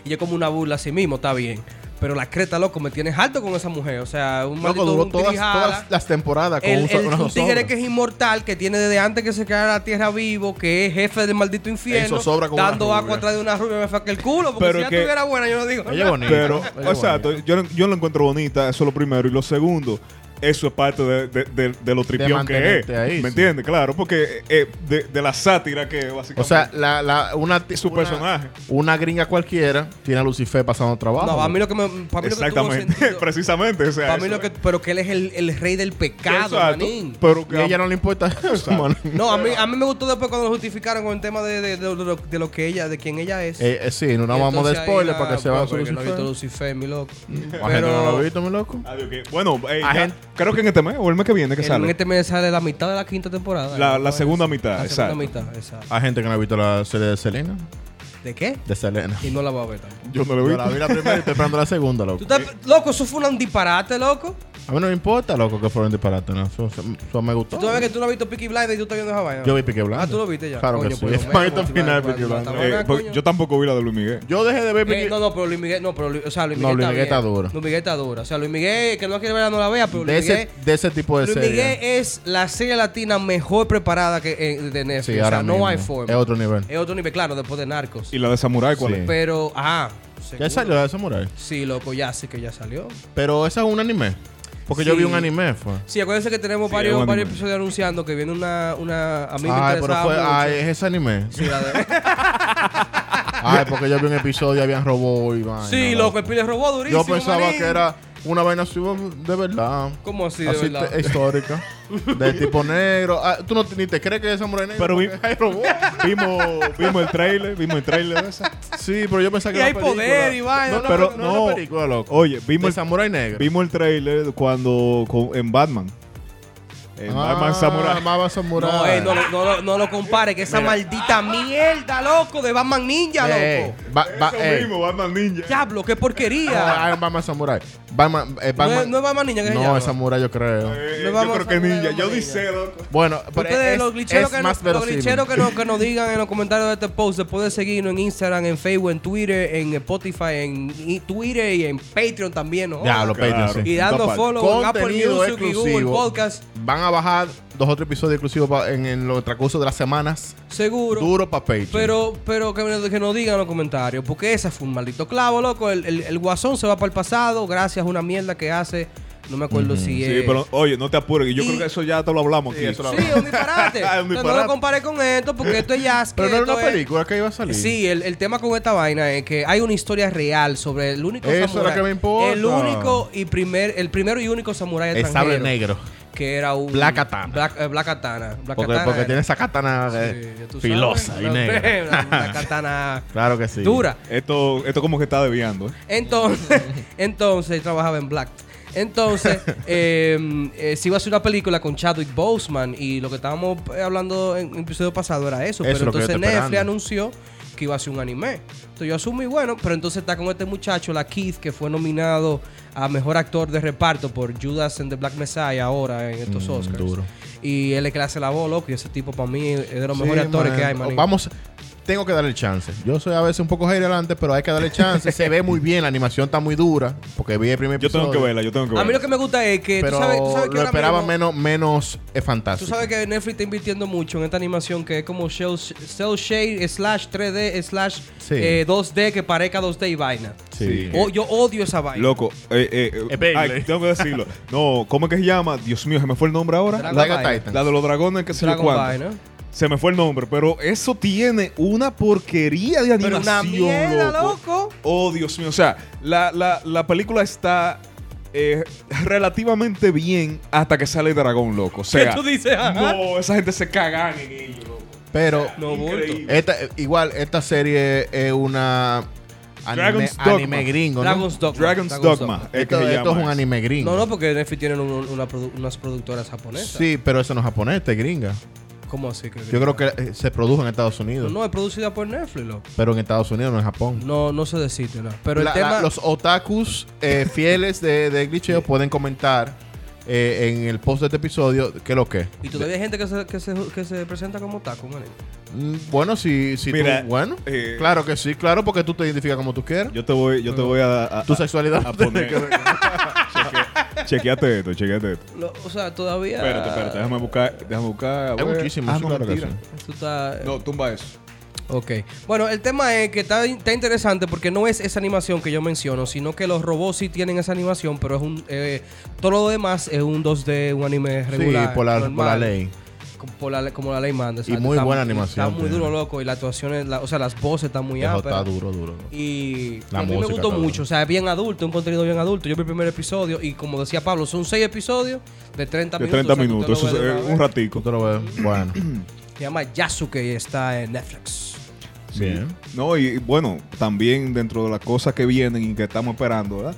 Speaker 2: Y es como una burla a sí mismo, está bien. Pero la creta, loco, me tienes harto con esa mujer. O sea, un
Speaker 3: Loco,
Speaker 2: maldito
Speaker 3: duró
Speaker 2: un
Speaker 3: todas,
Speaker 2: tirijala.
Speaker 3: todas las temporadas con
Speaker 2: El,
Speaker 3: un,
Speaker 2: el-
Speaker 3: una
Speaker 2: un tigre
Speaker 3: zozobra.
Speaker 2: que es inmortal, que tiene desde antes que se quedara la tierra vivo, que es jefe del maldito infierno,
Speaker 3: zozobra con una
Speaker 2: dando agua
Speaker 3: rubia.
Speaker 2: atrás de una rubia, me faca el culo, porque
Speaker 1: Pero
Speaker 2: si ya
Speaker 1: que-
Speaker 2: estuviera buena, yo no digo.
Speaker 3: Ella es
Speaker 2: nada.
Speaker 3: bonita.
Speaker 1: Pero,
Speaker 3: ella es
Speaker 1: exacto,
Speaker 3: bonita.
Speaker 1: yo, lo- yo lo encuentro bonita, eso es lo primero. Y lo segundo, eso es parte de, de- de- de lo tripión que es.
Speaker 3: mantenerte ahí, sí.
Speaker 1: ¿Me entiendes? Claro, porque eh, de, de la sátira que básicamente.
Speaker 3: O sea, la, la, una, ti-
Speaker 1: Su
Speaker 3: una-
Speaker 1: personaje.
Speaker 3: Una gringa cualquiera tiene a Lucifer pasando trabajo.
Speaker 2: No, a mí lo que me. Para mí lo que tuvo
Speaker 1: exactamente,
Speaker 2: sentido-
Speaker 1: precisamente. O sea,
Speaker 2: para mí
Speaker 1: eso
Speaker 2: lo que.
Speaker 1: es.
Speaker 2: Pero que él es el, el rey del pecado,
Speaker 1: Exacto,
Speaker 2: manín.
Speaker 1: pero
Speaker 3: Y
Speaker 1: que
Speaker 3: a ella no le importa eso, mano.
Speaker 2: No, a mí, a mí me gustó después cuando lo justificaron con el tema de, de- de lo, de lo que ella, de quién ella es.
Speaker 3: Eh, eh, sí, no nos vamos de spoiler para que se vaya a su
Speaker 2: Lucifer. No he visto
Speaker 3: Lucifer. Mm.
Speaker 2: Lucifer, mi loco.
Speaker 3: La gente no lo ha
Speaker 2: Pero.
Speaker 3: visto, mi loco.
Speaker 1: Adiós, que- bueno, eh,
Speaker 3: A
Speaker 1: ya-
Speaker 3: gente-
Speaker 1: creo que en este mes o el mes que viene que
Speaker 2: En
Speaker 1: sale.
Speaker 2: este mes sale la mitad de la quinta temporada.
Speaker 1: La-
Speaker 2: ¿no?
Speaker 1: la segunda mitad,
Speaker 2: La
Speaker 1: exacto.
Speaker 2: segunda mitad, exacto.
Speaker 3: Hay gente que no ha visto la serie de Selena.
Speaker 2: ¿De qué?
Speaker 3: De Selena.
Speaker 2: Y no la va a ver tampoco.
Speaker 1: Yo no lo
Speaker 3: Yo
Speaker 1: vi.
Speaker 3: la vi la primera y estoy esperando la segunda,
Speaker 2: ¿Tú
Speaker 3: loco.
Speaker 2: estás- Loco, eso fue un disparate, loco.
Speaker 3: A mí no me importa, loco, que fueron disparates. ¿no? Eso, eso- eso me gustó.
Speaker 2: Tú sabes que tú no has visto Peaky Blinders y tú estás viendo esa vaina.
Speaker 3: Yo vi Pique Blanco.
Speaker 2: Ah, tú lo viste ya.
Speaker 3: Claro
Speaker 2: Coño,
Speaker 3: que sí.
Speaker 2: por lo
Speaker 3: Yo
Speaker 2: menos,
Speaker 3: vi hasta el final de Peaky
Speaker 2: Blanco,
Speaker 3: Blanco.
Speaker 2: Blanco.
Speaker 1: Eh,
Speaker 2: Ahora,
Speaker 1: pues,
Speaker 2: coño.
Speaker 1: yo tampoco vi la de Luis Miguel.
Speaker 3: Yo dejé de ver
Speaker 2: Eh,
Speaker 3: Pique
Speaker 2: no, no, pero Luis Miguel, no, pero Luis, o sea, Luis
Speaker 3: No,
Speaker 2: Miguel,
Speaker 3: Luis Miguel
Speaker 2: bien.
Speaker 3: está duro.
Speaker 2: Luis Miguel está duro. O sea, Luis Miguel, que no quiere verla, no la vea, pero
Speaker 3: de,
Speaker 2: Luis Miguel,
Speaker 3: ese, de ese tipo de
Speaker 2: Luis Miguel
Speaker 3: serie.
Speaker 2: es la serie latina mejor preparada que, eh, de Netflix.
Speaker 3: Sí,
Speaker 2: o sea,
Speaker 3: ahora
Speaker 2: no
Speaker 3: mismo.
Speaker 2: hay forma.
Speaker 3: Es otro nivel.
Speaker 2: Es otro nivel, claro, después de Narcos.
Speaker 1: ¿Y la de Samurai cuál
Speaker 3: Sí.
Speaker 1: es?
Speaker 2: Pero, ah,
Speaker 3: Ya salió la de Samurai.
Speaker 2: Sí, loco, ya sí que ya salió.
Speaker 3: Pero esa es un anime. Porque yo
Speaker 2: Sí.
Speaker 3: vi un anime, fue.
Speaker 2: Sí, acuérdense que tenemos
Speaker 1: Sí, es
Speaker 2: varios,
Speaker 1: un
Speaker 2: varios
Speaker 1: anime.
Speaker 2: episodios anunciando que viene una, una a mí me
Speaker 3: Ay, pero
Speaker 2: interesaba
Speaker 3: fue.
Speaker 2: mucho.
Speaker 3: Ay, es ese anime.
Speaker 2: Sí, la de-
Speaker 3: Ay, porque yo vi un episodio y habían robado y vaina,
Speaker 2: Sí, loco, el pile robó durísimo.
Speaker 3: Yo pensaba
Speaker 2: manín.
Speaker 3: que era una vaina así de verdad.
Speaker 2: ¿Cómo así de verdad?
Speaker 3: te- histórica. de tipo negro. Ah, tú no, te- ni te crees que es samurai negro.
Speaker 1: Pero vi-
Speaker 3: porque hay robot.
Speaker 1: Vimos, vimos el trailer, vimos el trailer de esa.
Speaker 3: Sí, pero yo pensaba que
Speaker 2: Y
Speaker 3: era
Speaker 2: hay
Speaker 3: película.
Speaker 2: poder y vaina.
Speaker 3: No, no,
Speaker 1: Pero
Speaker 3: pero no, no
Speaker 1: no.
Speaker 3: es película, loco.
Speaker 1: Oye,
Speaker 3: Vimos
Speaker 1: vimos
Speaker 3: el
Speaker 1: el,
Speaker 3: samurai negro.
Speaker 1: vimos el trailer cuando con- en Batman. El
Speaker 3: Ah,
Speaker 1: Batman Samurai.
Speaker 3: Batman Samurai.
Speaker 2: No, eh, no, lo- no, lo- no lo compare, que esa maldita mierda, loco, de Batman Ninja,
Speaker 3: Eh,
Speaker 2: loco.
Speaker 3: ba- ba-
Speaker 1: Eso
Speaker 3: eh,
Speaker 1: mismo, Batman Ninja.
Speaker 2: Diablo, qué
Speaker 3: no,
Speaker 2: porquería.
Speaker 3: Iron Batman Samurai. Batman, eh,
Speaker 2: No, es-
Speaker 3: Batman-
Speaker 2: no es Batman Ninja que se
Speaker 3: no,
Speaker 2: llama.
Speaker 3: es Samurai, yo creo.
Speaker 1: Eh,
Speaker 2: No,
Speaker 1: yo
Speaker 2: Batman
Speaker 1: creo que
Speaker 2: Samurai,
Speaker 1: Ninja.
Speaker 2: Batman
Speaker 1: Yo
Speaker 2: Ninja.
Speaker 1: dice, loco.
Speaker 3: Bueno, pero
Speaker 2: Ustedes,
Speaker 3: es,
Speaker 2: los glitcheros,
Speaker 3: es
Speaker 2: que,
Speaker 3: más
Speaker 2: nos, los
Speaker 3: verosímil.
Speaker 2: glitcheros que, nos, que nos digan en los comentarios de este post, después de seguirnos en Instagram, en Facebook, en Twitter, en Spotify, en i- Twitter y en Patreon también, ¿no?
Speaker 3: Ya, lo
Speaker 1: Claro.
Speaker 3: Patreon, sí.
Speaker 2: Y dando
Speaker 1: Topa.
Speaker 2: follow en Apple
Speaker 3: Contenido
Speaker 2: Music y Google
Speaker 3: exclusivo.
Speaker 2: Podcast,
Speaker 3: Van a bajar dos o tres episodios exclusivos pa- en, en los transcurso de las semanas.
Speaker 2: seguro.
Speaker 3: Duro para Patreon.
Speaker 2: Pero, pero que, nos- que nos digan en los comentarios, porque esa fue un maldito clavo, loco. El, el- el guasón se va para el pasado gracias a una mierda que hace, no me acuerdo si
Speaker 1: Sí,
Speaker 2: es.
Speaker 1: pero oye, no te apures, que yo
Speaker 2: Y-
Speaker 1: creo que eso ya te lo hablamos
Speaker 3: Sí,
Speaker 1: aquí.
Speaker 3: eso lo-
Speaker 2: Sí, es un disparate.
Speaker 1: Es un
Speaker 2: No- No
Speaker 1: disparate.
Speaker 2: lo compares con esto, porque esto es jazz.
Speaker 3: Pero
Speaker 2: que
Speaker 3: no era
Speaker 2: esto
Speaker 3: una
Speaker 2: es-
Speaker 3: película que iba a salir.
Speaker 2: Sí, el, el tema con esta vaina es que hay una historia real sobre el único
Speaker 3: Eso es lo que me importa.
Speaker 2: El único y primer, el primero y único samurái
Speaker 3: El sable
Speaker 2: extranjero.
Speaker 3: negro.
Speaker 2: Que era un
Speaker 3: Black Katana.
Speaker 2: Black, eh, Black Katana. Black
Speaker 3: Porque,
Speaker 2: Katana
Speaker 3: porque
Speaker 2: era-
Speaker 3: tiene esa katana eh,
Speaker 2: Sí, ya tú sabes.
Speaker 3: filosa y
Speaker 2: Una-
Speaker 3: negra.
Speaker 2: una- una katana
Speaker 3: Claro que sí.
Speaker 2: dura.
Speaker 1: Esto, esto como que está desviando. ¿eh?
Speaker 2: Entonces, entonces trabajaba en Black. Entonces, eh, eh, se iba a hacer una película con Chadwick Boseman y lo que estábamos eh, hablando en el episodio pasado era eso.
Speaker 3: Eso
Speaker 2: pero
Speaker 3: es lo que yo
Speaker 2: entonces
Speaker 3: estoy
Speaker 2: Netflix
Speaker 3: esperando.
Speaker 2: anunció que iba a ser un anime. Entonces yo asumí, bueno, pero entonces está con este muchacho, la Keith, que fue nominado a Mejor Actor de Reparto por Judas and the Black Messiah ahora en estos
Speaker 3: Mm,
Speaker 2: Oscars.
Speaker 3: duro.
Speaker 2: Y él es que le hace la voz, loco, y ese tipo para mí es de los
Speaker 3: Sí,
Speaker 2: mejores actores
Speaker 3: man.
Speaker 2: que hay, man.
Speaker 3: Vamos, tengo que darle chance. Yo soy a veces un poco hater adelante, pero hay que darle chance. Se ve muy bien, la animación está muy dura. Porque vi el primer
Speaker 1: Yo
Speaker 3: episodio.
Speaker 1: tengo que verla, yo tengo que verla.
Speaker 2: A mí lo que me gusta es que
Speaker 3: Pero
Speaker 2: Eh, tú sabes, tú sabes que
Speaker 3: lo
Speaker 2: ahora
Speaker 3: esperaba
Speaker 2: mismo-
Speaker 3: menos, menos eh, fantástico.
Speaker 2: Tú sabes que Netflix está invirtiendo mucho en esta animación que es como Shell, cel Shade slash 3D slash
Speaker 3: Sí.
Speaker 2: eh, 2D que parezca 2D y vaina.
Speaker 1: Sí.
Speaker 3: Sí.
Speaker 2: O- yo odio esa vaina.
Speaker 1: Loco, eh, eh,
Speaker 3: Es
Speaker 1: eh,
Speaker 3: Beyblade.
Speaker 1: ay, tengo que decirlo. No, ¿cómo es que se llama? Dios mío, se me fue el nombre ahora.
Speaker 2: Dragon
Speaker 1: La,
Speaker 3: Dragon
Speaker 2: Ball.
Speaker 3: Titan.
Speaker 1: la de los dragones, que se yo
Speaker 2: Dragon
Speaker 1: cuánto.
Speaker 2: Ball, ¿no?
Speaker 1: Se me fue el nombre, pero eso tiene una porquería de
Speaker 2: Pero
Speaker 1: animación.
Speaker 2: una mierda,
Speaker 1: loco.
Speaker 2: loco.
Speaker 1: Oh, Dios mío. O sea, la, la- la película está eh, relativamente bien hasta que sale el dragón, loco. O sea,
Speaker 2: ¿Qué tú dices? Ajá.
Speaker 1: no, esa gente se cagan en ellos, loco.
Speaker 3: Pero
Speaker 2: No, bulto.
Speaker 1: Increíble.
Speaker 3: esta, igual, esta serie es una anime,
Speaker 1: Dragon's Dogma.
Speaker 3: anime gringo. ¿no?
Speaker 2: Dragon's Dogma.
Speaker 1: Dragon's Dogma. Es que
Speaker 3: Esto,
Speaker 1: se
Speaker 3: esto
Speaker 1: llama
Speaker 3: es un
Speaker 1: eso.
Speaker 3: anime gringo.
Speaker 2: No, no, porque Netflix tiene un- una produ- unas productoras japonesas.
Speaker 3: Sí, pero eso no es japonés, este es gringa.
Speaker 2: ¿Cómo así? Que
Speaker 3: Yo creo que eh, se produjo en Estados Unidos.
Speaker 2: No, es producida por Netflix, loco.
Speaker 3: Pero en Estados Unidos, no en Japón.
Speaker 2: No, no se decide, no. Pero
Speaker 3: La-
Speaker 2: el tema...
Speaker 3: la- los otakus eh, fieles de, de Glitcheo pueden comentar eh, en el post de este episodio qué lo que.
Speaker 2: Y todavía hay gente que se, que se, que se presenta como taco, man.
Speaker 3: Mm, Bueno, si, si tú-
Speaker 1: Mira,
Speaker 3: Bueno,
Speaker 1: eh,
Speaker 3: claro que sí, claro, porque tú te identificas como tú quieras.
Speaker 1: Yo te voy, yo te voy a, a-
Speaker 3: tu
Speaker 1: a-
Speaker 3: sexualidad.
Speaker 1: a
Speaker 3: no tiene
Speaker 1: poner-
Speaker 3: que ver con-
Speaker 1: Chequeate esto, chequeate esto.
Speaker 2: Lo- o sea, todavía...
Speaker 1: Espérate, espérate, déjame buscar, déjame buscar. a
Speaker 3: Hay
Speaker 1: ver.
Speaker 3: muchísimos,
Speaker 1: Ah,
Speaker 3: sí,
Speaker 1: no,
Speaker 3: claro que
Speaker 1: mentira.
Speaker 3: sí.
Speaker 2: Tú estás-
Speaker 1: No, tumba eso.
Speaker 2: eh, Ok. Bueno, el tema es que está, está interesante porque no es esa animación que yo menciono, sino que los robots sí tienen esa animación, pero es un. eh, todo lo demás es un 2D, un anime regular.
Speaker 3: sí, por la, por
Speaker 2: normal,
Speaker 3: la ley.
Speaker 2: Como por la, como la ley manda.
Speaker 3: Y muy buena animación
Speaker 2: Está muy
Speaker 3: tiene.
Speaker 2: duro, loco. Y la actuación, es la- o sea, las voces están muy
Speaker 3: Eso está
Speaker 2: ásperas.
Speaker 3: duro, duro.
Speaker 2: Y
Speaker 3: La
Speaker 2: a mí me
Speaker 3: música
Speaker 2: gustó
Speaker 3: está dura.
Speaker 2: mucho. O sea, es bien adulto, un contenido bien adulto. Yo vi el primer episodio y como decía Pablo, son seis episodios de 30
Speaker 1: De
Speaker 2: minutos.
Speaker 1: 30
Speaker 2: o sea, que
Speaker 1: minutos,
Speaker 2: usted
Speaker 1: eso
Speaker 2: lo ve de
Speaker 1: es
Speaker 2: una
Speaker 1: eh, un
Speaker 2: vez.
Speaker 1: ratico.
Speaker 3: Tú te lo ves. Bueno,
Speaker 2: Se llama Yasuke y está en Netflix.
Speaker 3: bien.
Speaker 1: No, y bueno, también dentro de las cosas que vienen y que estamos esperando, ¿verdad?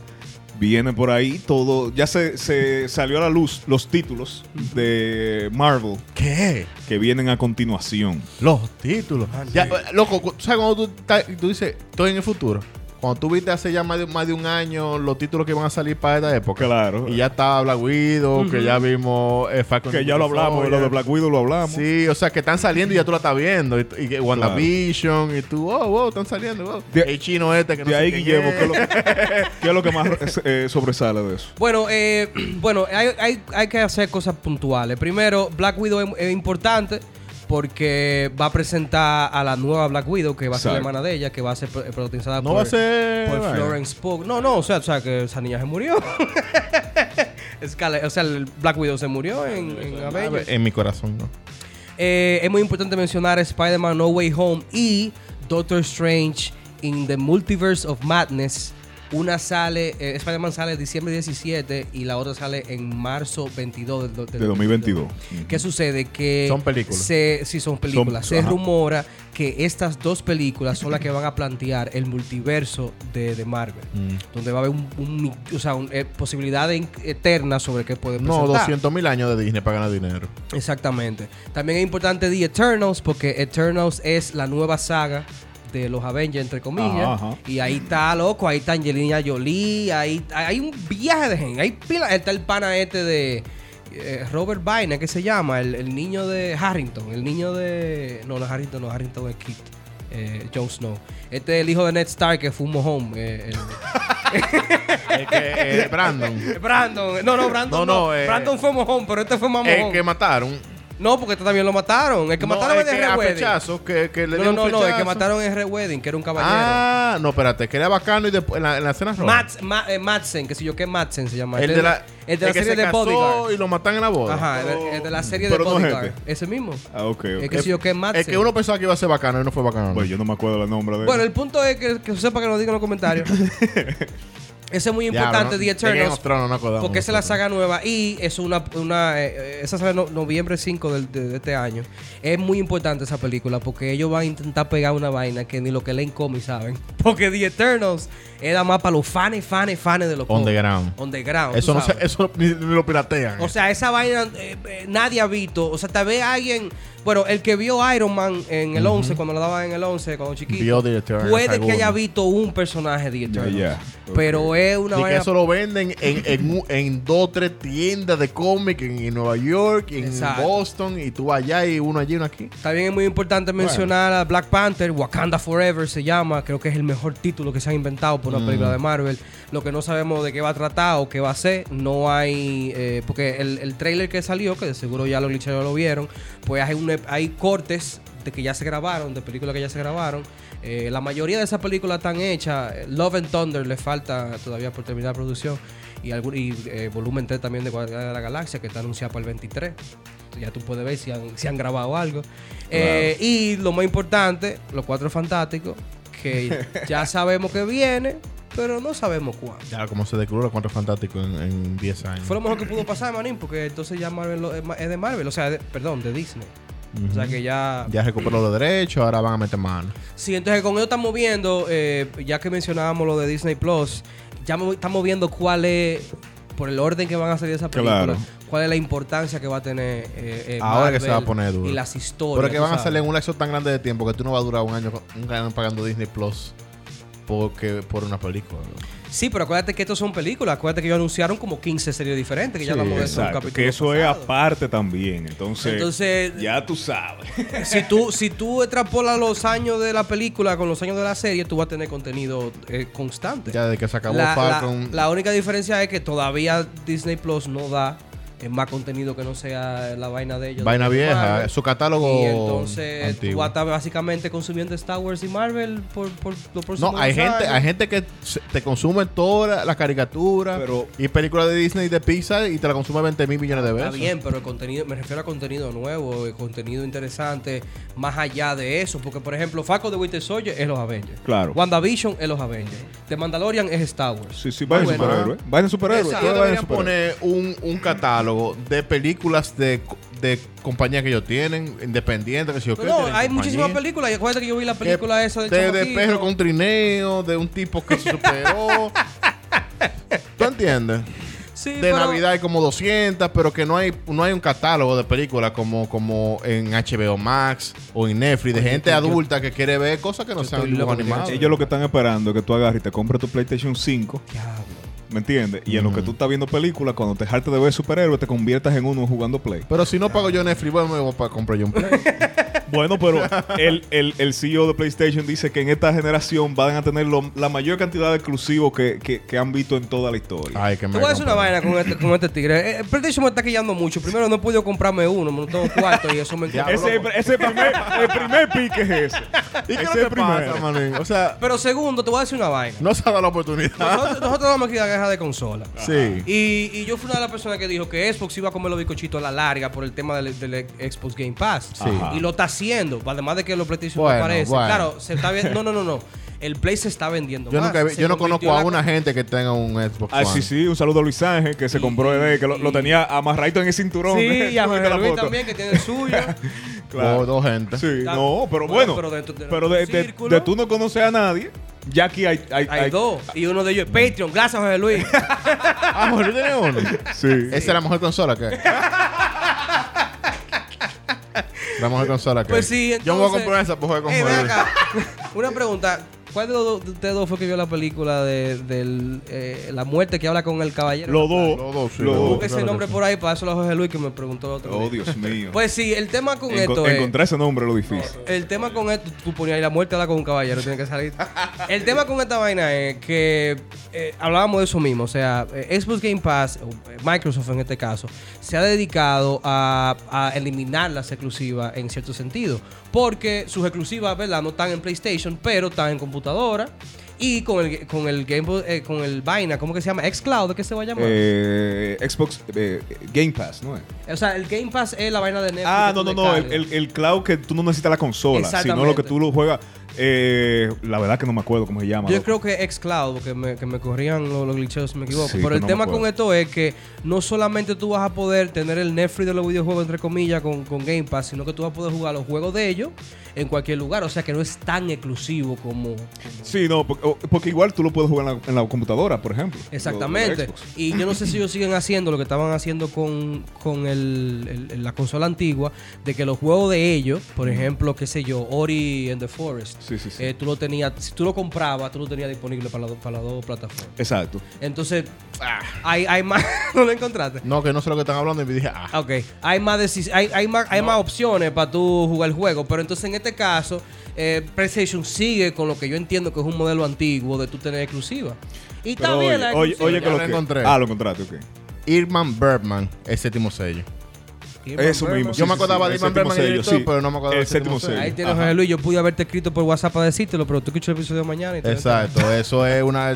Speaker 1: Viene por ahí todo. Ya se, se salió a la luz los títulos de Marvel
Speaker 3: ¿Qué?
Speaker 1: que vienen a continuación.
Speaker 3: Los títulos.
Speaker 1: Ah,
Speaker 3: Ya, eh, loco, cu- ¿sabes cuando tú, estás- tú dices, estoy en el futuro? Cuando tú viste hace ya más de, más de un año los títulos que van a salir para esta época.
Speaker 1: Claro.
Speaker 3: Y ya está Black Widow, que ya vimos eh, Falcon
Speaker 1: que
Speaker 3: and
Speaker 1: ya lo
Speaker 3: Winter
Speaker 1: hablamos, lo
Speaker 3: Soldier.
Speaker 1: de Black Widow lo hablamos.
Speaker 3: Sí, o sea, que están saliendo y ya tú la estás viendo. Y, y que WandaVision y tú, oh, wow, están saliendo, wow.
Speaker 1: De-
Speaker 3: el chino este que no
Speaker 1: De
Speaker 3: sé
Speaker 1: ahí,
Speaker 3: quién
Speaker 1: Guillermo,
Speaker 3: es.
Speaker 1: ¿qué es lo, qué es lo que más eh, sobresale de eso?
Speaker 2: Bueno, eh, bueno hay, hay- hay que hacer cosas puntuales. Primero, Black Widow es, es importante porque va a presentar a la nueva Black Widow, que va a ser la
Speaker 1: Exacto.
Speaker 2: hermana de ella, que va a ser pro- eh, protagonizada
Speaker 3: No
Speaker 2: por,
Speaker 3: va a ser...
Speaker 2: por
Speaker 3: vaya.
Speaker 2: Florence Pugh. No, no, o sea, o sea, que esa niña se murió. Scarlet- o sea, el Black Widow se murió en, en
Speaker 3: A
Speaker 2: Avengers.
Speaker 3: ver, En mi corazón, ¿no?
Speaker 2: Eh, es muy importante mencionar Spider-Man No Way Home y Doctor Strange in the Multiverse of Madness. Una sale, eh, Spider-Man sale en diciembre 17 y la otra sale en marzo 22 del, do- del
Speaker 1: De 2022.
Speaker 2: ¿Qué sucede? Que
Speaker 3: Son películas.
Speaker 2: Se, sí, son películas.
Speaker 1: Son-
Speaker 2: se
Speaker 1: ajá.
Speaker 2: rumora que estas dos películas son las que van a plantear el multiverso de, de Marvel.
Speaker 3: Mm.
Speaker 2: Donde va a haber un, un mi- o sea, un, eh, posibilidades in- eternas sobre qué puede
Speaker 3: No,
Speaker 2: presentar.
Speaker 3: 200 mil años de Disney para ganar dinero.
Speaker 2: Exactamente. También es importante The Eternals porque Eternals es la nueva saga de los Avengers, entre comillas.
Speaker 1: Ajá.
Speaker 2: Y ahí está, loco, ahí está Angelina Jolie, ahí hay un viaje de gente. Ahí pila- está el pana este de eh, Robert Byrne, que se llama? El, el niño de Harrington, el niño de... No, no es Harrington, no, Harrington es Kit. Eh, Jon Snow. Este es el hijo de Ned Stark que fue un mojón. eh, el-
Speaker 3: Es que, eh, Brandon.
Speaker 2: eh, Brandon. No, no, Brandon.
Speaker 3: No,
Speaker 2: No,
Speaker 3: no, eh,
Speaker 2: Brandon fue mojón, pero este fue más mojón.
Speaker 3: El que mataron.
Speaker 2: No, porque este también lo mataron. El que
Speaker 3: No,
Speaker 2: mataron
Speaker 3: el
Speaker 2: es de
Speaker 3: que a
Speaker 2: Red Wedding.
Speaker 3: flechazo, que, que
Speaker 2: No,
Speaker 3: le
Speaker 2: no,
Speaker 3: dieron
Speaker 2: no, no, el que
Speaker 3: flechazo.
Speaker 2: mataron es Red Wedding, que era un caballero.
Speaker 3: Ah, no, espérate, que era bacano y después en la, en la escena roja.
Speaker 2: Mads- Ma- eh, Madsen, que sé yo qué Madsen se llama. Este
Speaker 3: El de la,
Speaker 2: el de la
Speaker 3: el que
Speaker 2: serie
Speaker 3: se
Speaker 2: de
Speaker 3: casó
Speaker 2: Bodyguard.
Speaker 3: y lo matan en la boda.
Speaker 2: Ajá, el, el de la serie de
Speaker 1: Pero no es
Speaker 2: Bodyguard.
Speaker 1: este.
Speaker 2: Ese mismo.
Speaker 1: Ah, ok,
Speaker 2: El
Speaker 1: ok.
Speaker 2: que sé yo qué Madsen.
Speaker 3: Es que uno pensaba que iba a ser bacano y no fue bacano.
Speaker 1: Pues yo no me acuerdo el nombre de
Speaker 2: Bueno, el punto es que, que sepa que nos diga en los comentarios. Ese es muy
Speaker 3: Diablo,
Speaker 2: importante,
Speaker 3: ¿no?
Speaker 2: The
Speaker 3: De Game
Speaker 2: Eternals.
Speaker 3: of Thrones no acordamos
Speaker 2: Porque esa es la
Speaker 3: nosotros.
Speaker 2: saga nueva y es una. una eh, eh, esa sale no- noviembre 5 del- de, de este año. Es muy importante esa película porque ellos van a intentar pegar una vaina que ni lo que leen cómics saben. Porque The Eternals era más para los fans, fans, fans de los cómics.
Speaker 3: Underground.
Speaker 2: Underground. tú
Speaker 3: Eso no se,
Speaker 2: sabes.
Speaker 3: eso ni, ni lo piratean.
Speaker 2: O sea, esa vaina eh, eh, nadie ha visto. O sea, tal vez alguien. Bueno, el que vio Iron Man en el 11, cuando lo daban en el 11, cuando chiquito.
Speaker 3: Vio The Eternals,
Speaker 2: Puede que
Speaker 3: alguno.
Speaker 2: haya visto un personaje de Eternals.
Speaker 1: ya. Ok.
Speaker 2: Pero es una
Speaker 3: y que
Speaker 2: vaina.
Speaker 3: eso lo venden en, en, un- en dos o tres tiendas de cómic en, en Nueva York, en
Speaker 2: Exacto.
Speaker 3: Boston, y tú allá y uno allí y uno aquí.
Speaker 2: También es muy importante mencionar a Black Panther, Wakanda Forever se llama, creo que es el mejor título que se ha inventado por una película de Marvel. Lo que no sabemos de qué va a tratar o qué va a ser, no hay, eh, porque el, el trailer que salió, que de seguro ya los licheros lo vieron, pues hay, un- hay cortes de que ya se grabaron, de películas que ya se grabaron. Eh, la mayoría de esas películas están hechas, eh, Love and Thunder le falta todavía por terminar producción y, algún, y eh, volumen 3 también de Guardianes de la Galaxia que está anunciada para el 23. Ya tú puedes ver si han, si han grabado algo. Eh, y lo más importante, los cuatro fantásticos, que ya sabemos que viene, pero no sabemos cuándo.
Speaker 3: Ya, como se descubrió los cuatro fantásticos en- en 10 años.
Speaker 2: Fue lo mejor que pudo pasar, Manín, porque entonces ya Marvel lo- es ma- es de Marvel, o sea, de- perdón, de Disney. O sea que ya...
Speaker 3: Ya recuperó los derechos, ahora van a meter mano.
Speaker 2: Sí, entonces con ello estamos viendo, eh, ya que mencionábamos lo de Disney Plus, ya mo- estamos viendo cuál es, por el orden que van a salir esas películas,
Speaker 1: Claro.
Speaker 2: cuál es la importancia que va a tener eh, eh,
Speaker 3: Ahora que se va a
Speaker 2: Marvel
Speaker 3: poner duro.
Speaker 2: Y las historias.
Speaker 3: Pero que
Speaker 2: tú
Speaker 3: van a
Speaker 2: sabes.
Speaker 3: salir en un laxo tan grande de tiempo que tú no vas a durar un año, un año pagando Disney Plus porque, por una película.
Speaker 2: Sí, pero acuérdate que estos son películas. Acuérdate que ellos anunciaron como 15 series diferentes, que ya
Speaker 3: Sí,
Speaker 2: hablamos de eso en un
Speaker 1: Exacto,
Speaker 2: capítulo.
Speaker 1: que eso es
Speaker 2: pasado.
Speaker 1: aparte también. Entonces,
Speaker 2: Entonces,
Speaker 1: ya tú sabes.
Speaker 2: si tú, si tú extrapolas los años de la película con los años de la serie, tú vas a tener contenido eh, constante.
Speaker 3: Ya desde que se acabó
Speaker 2: la,
Speaker 3: Falcon.
Speaker 2: la- la única diferencia es que todavía Disney Plus no da eh, más contenido que no sea la vaina de ellos.
Speaker 3: Vaina
Speaker 2: de
Speaker 3: vieja,
Speaker 2: Marvel.
Speaker 3: su catálogo.
Speaker 2: Y entonces tú
Speaker 3: antiguo.
Speaker 2: vas a estar básicamente consumiendo Star Wars y Marvel por, por los próximos
Speaker 3: No, hay
Speaker 2: años.
Speaker 3: gente, hay gente que se- te consume todas las caricaturas
Speaker 1: Pero-
Speaker 3: y películas de Disney y de Pixar y te la consume 20 mil millones de veces.
Speaker 2: Está bien, pero el contenido, me refiero a contenido nuevo, eh, contenido interesante, más allá de eso. Porque, por ejemplo, Falcon de Winter Soldier es los Avengers.
Speaker 1: Claro.
Speaker 2: WandaVision es los Avengers. The Mandalorian es Star Wars.
Speaker 1: Sí, sí, vayan
Speaker 2: Ah, bueno.
Speaker 1: superhéroe. Vayan superhéroe.
Speaker 2: Exacto.
Speaker 1: todo
Speaker 3: Ellos
Speaker 1: vayan superhéroe.
Speaker 3: deberían poner un, un catálogo de películas de, co- de compañías que ellos tienen, independientes, que si yo
Speaker 2: No,
Speaker 3: qué,
Speaker 2: Pues no,
Speaker 3: tienen
Speaker 2: hay
Speaker 3: compañía.
Speaker 2: muchísimas películas. Y acuérdate que yo vi la
Speaker 3: Que-
Speaker 2: película esa del
Speaker 3: de, de
Speaker 2: chamaquito.
Speaker 3: perro con trineo, de un tipo que se superó. ¿Tú entiendes?
Speaker 2: Sí,
Speaker 3: De
Speaker 2: pero-
Speaker 3: Navidad hay como 200, pero que no hay no hay un catálogo de películas como, como en HBO Max o en Netflix, de gente adulta que quiere ver cosas que no
Speaker 2: yo
Speaker 3: sean
Speaker 2: estoy
Speaker 3: dibujos
Speaker 2: loco que
Speaker 3: animados.
Speaker 2: poner-
Speaker 1: Ellos lo que están esperando es que tú agarres y te compres tu PlayStation 5.
Speaker 2: Diablo.
Speaker 1: ¿Me entiendes? Y en lo que tú estás viendo películas, cuando te hartes de ver superhéroes, te conviertas en uno jugando Play.
Speaker 3: Pero si no pago yo Netflix, bueno, me voy a comprar yo un Play.
Speaker 1: Bueno, pero el, el, el CEO de PlayStation dice que en esta generación van a tener lo- la mayor cantidad de exclusivos que, que- que han visto en toda la historia.
Speaker 3: Ay, que me
Speaker 2: Te voy a decir una
Speaker 3: compro.
Speaker 2: vaina con este, con este tigre. Eh, eh, PlayStation me está quillando mucho. Primero, no he podido comprarme uno, no tengo cuarto y eso me
Speaker 3: Ya,
Speaker 2: encanta.
Speaker 1: ese es el, ese es el primer, el primer pique es ese.
Speaker 3: ¿Y
Speaker 1: Ese
Speaker 3: qué
Speaker 1: es
Speaker 3: es lo que
Speaker 1: el primero.
Speaker 3: pasa, manín? O sea,
Speaker 2: Pero segundo, te voy a decir una vaina.
Speaker 3: no Ah. se ha dado la oportunidad.
Speaker 2: Nosotros, nosotros vamos aquí a la guerra de consola.
Speaker 3: sí.
Speaker 2: Y, y yo fui una de las personas que dijo que Xbox iba a comer los bizcochitos a la larga por el tema del, del Xbox Game Pass.
Speaker 1: Ajá.
Speaker 2: Y lo está haciendo, además de que los PlayStation
Speaker 3: Bueno,
Speaker 2: aparecen.
Speaker 3: bueno.
Speaker 2: Claro, se está viendo. No, no, no, no. El Play se está vendiendo
Speaker 3: Yo,
Speaker 2: más.
Speaker 3: nunca, vi-
Speaker 2: Ah, Se
Speaker 3: yo no
Speaker 2: convirtió
Speaker 3: conozco a
Speaker 2: en la-
Speaker 3: una gente que tenga un Xbox
Speaker 1: Ah,
Speaker 3: One.
Speaker 1: sí, sí, un saludo a Luis Ángel que se
Speaker 2: Y-
Speaker 1: compró el que lo, lo tenía amarradito en el cinturón.
Speaker 2: Sí, y a
Speaker 1: Tú viste
Speaker 2: Jorge
Speaker 1: la
Speaker 2: Luis
Speaker 1: foto.
Speaker 2: también, que tiene el suyo.
Speaker 1: Claro.
Speaker 3: por dos gente.
Speaker 1: Sí,
Speaker 2: Está-
Speaker 1: no, pero
Speaker 2: bueno,
Speaker 1: bueno.
Speaker 2: pero dentro de-
Speaker 1: Pero de, de-
Speaker 2: círculo.
Speaker 1: de tú no conoces a nadie, ya aquí hay, hay,
Speaker 2: Hay
Speaker 1: hay-
Speaker 2: dos. Y uno de ellos es Patreon. Gracias, José Luis.
Speaker 3: Ah, Jorge tiene uno.
Speaker 1: Sí.
Speaker 3: Esa es la mejor consola que. hay. La mejor consola que.
Speaker 2: Pues
Speaker 3: hay.
Speaker 2: sí, entonces...
Speaker 3: Yo me voy a comprar esa para jugar con
Speaker 2: Ey, ven
Speaker 3: Jorge.
Speaker 2: acá. Una pregunta. ¿Cuál de los dos- de ustedes dos fue que vio la película de del, eh, la muerte que habla con el caballero?
Speaker 1: Los dos.
Speaker 3: Los dos, sí,
Speaker 1: Los
Speaker 3: los
Speaker 1: dos.
Speaker 2: Busca ese
Speaker 3: claro
Speaker 2: nombre
Speaker 3: que sí.
Speaker 2: por ahí, para eso lo José Luis que me preguntó el otro
Speaker 1: Oh,
Speaker 2: día.
Speaker 1: Dios mío.
Speaker 2: Pues sí, el tema con
Speaker 1: Enco-
Speaker 2: esto es...
Speaker 1: encontrar ese nombre es lo difícil.
Speaker 2: El tema con esto, tú ponías ahí la muerte habla con un caballero, tiene que salir. El tema con esta vaina es que eh, hablábamos de eso mismo, o sea, eh, Xbox Game Pass, o, eh, Microsoft en este caso, se ha dedicado a, a eliminar las exclusivas en cierto sentido, porque sus exclusivas, ¿verdad? No están en PlayStation, pero están en computadora. Y con el, con el Game Boy- eh, con el vaina, ¿cómo que se llama? Xcloud, ¿qué se va a llamar?
Speaker 1: Eh, Xbox eh, Game Pass, ¿no es?
Speaker 2: o sea, el Game Pass es la vaina de Netflix.
Speaker 1: Ah,
Speaker 2: que
Speaker 1: no, no,
Speaker 2: tú le
Speaker 1: no. El,
Speaker 2: cargas.
Speaker 1: el- el cloud que tú no necesitas la consola, sino lo que
Speaker 2: Exactamente.
Speaker 1: tú lo juegas. eh, la verdad que no me acuerdo cómo se llama.
Speaker 2: Yo
Speaker 1: loco.
Speaker 2: creo que xCloud, que me, que me corrían los, los glitcheos si me equivoco.
Speaker 1: Sí,
Speaker 2: Pero
Speaker 1: que
Speaker 2: el
Speaker 1: no me
Speaker 2: tema
Speaker 1: acuerdo.
Speaker 2: con esto es que no solamente tú vas a poder tener el Netflix de los videojuegos, entre comillas, con, con Game Pass, sino que tú vas a poder jugar los juegos de ellos en cualquier lugar. O sea que no es tan exclusivo como.
Speaker 1: Sí, no, porque, o- porque igual tú lo puedes jugar en la, en la computadora, por ejemplo. lo- lo de
Speaker 2: Exactamente.
Speaker 1: Xbox.
Speaker 2: Y yo no sé si ellos siguen haciendo lo que estaban haciendo con, con el- el- la consola antigua, de que los juegos de ellos, por ejemplo, qué sé yo, Ori and the Forest,
Speaker 1: Sí, sí, sí.
Speaker 2: eh, tú lo tenías, si tú lo comprabas, tú lo tenías disponible para las dos- para las dos plataformas.
Speaker 1: Exacto.
Speaker 2: Entonces, hay, hay más. ¿No lo encontraste?
Speaker 3: No, que no sé lo que están hablando y me dije, ah.
Speaker 2: Ah, Ok, hay más, deci- hay, hay más, hay más opciones para tú jugar el juego, pero entonces en este caso, eh, PlayStation sigue con lo que yo entiendo que es un modelo antiguo de tú tener exclusiva. Y
Speaker 1: Pero
Speaker 2: también
Speaker 1: oye, oye, oye que
Speaker 3: Ya
Speaker 1: lo
Speaker 3: lo
Speaker 1: que-
Speaker 3: encontré.
Speaker 1: Ah, lo encontraste, ok.
Speaker 3: Irman Bergman, el séptimo sello.
Speaker 1: Eso mismo.
Speaker 3: Yo me acordaba de
Speaker 1: el
Speaker 3: Ivan
Speaker 1: séptimo
Speaker 3: Bergman, el
Speaker 1: sello,
Speaker 3: director, pero no me acordaba
Speaker 1: El
Speaker 3: del séptimo
Speaker 1: séptimo
Speaker 3: sello.
Speaker 1: sello.
Speaker 2: Ahí tienes,
Speaker 1: Ajá.
Speaker 2: José Luis. Yo pude haberte escrito por WhatsApp para decírtelo, pero tú escuchas el episodio mañana y te-
Speaker 3: Exacto, eso es una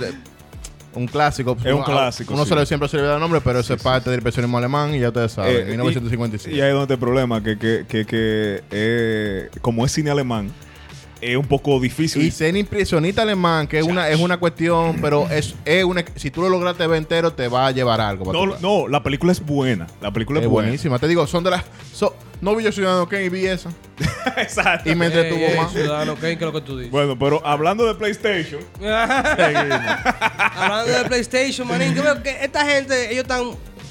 Speaker 3: un clásico.
Speaker 1: un
Speaker 3: Uno- ah,
Speaker 1: clásico,
Speaker 3: Uno
Speaker 1: sí.
Speaker 3: se le siempre se le olvida el nombre, pero eso es parte del impresionismo alemán y ya ustedes
Speaker 1: Eh,
Speaker 3: saben.
Speaker 1: y-
Speaker 3: 1955.
Speaker 1: Y ahí es donde está el problema, que, que, que, que, eh, como es cine alemán, es un poco difícil.
Speaker 3: Y ser impresionista alemán, que es una, es una cuestión, pero es, es una, si tú lo lograste ver entero, te va a llevar algo. para
Speaker 1: no,
Speaker 3: tu casa.
Speaker 1: no, la película es buena. La película es,
Speaker 3: es
Speaker 1: buena.
Speaker 3: buenísima. Te digo, son de las. so- no vi yo Ciudadano Kane y vi esa.
Speaker 1: Exacto.
Speaker 3: Y me
Speaker 2: Ey,
Speaker 3: entretuvo
Speaker 1: eh,
Speaker 2: ey,
Speaker 3: más.
Speaker 2: Ciudadano Kane, que es lo que tú dices.
Speaker 1: Bueno, pero hablando de PlayStation,
Speaker 2: Hablando de PlayStation, manín, yo veo que esta gente, ellos están,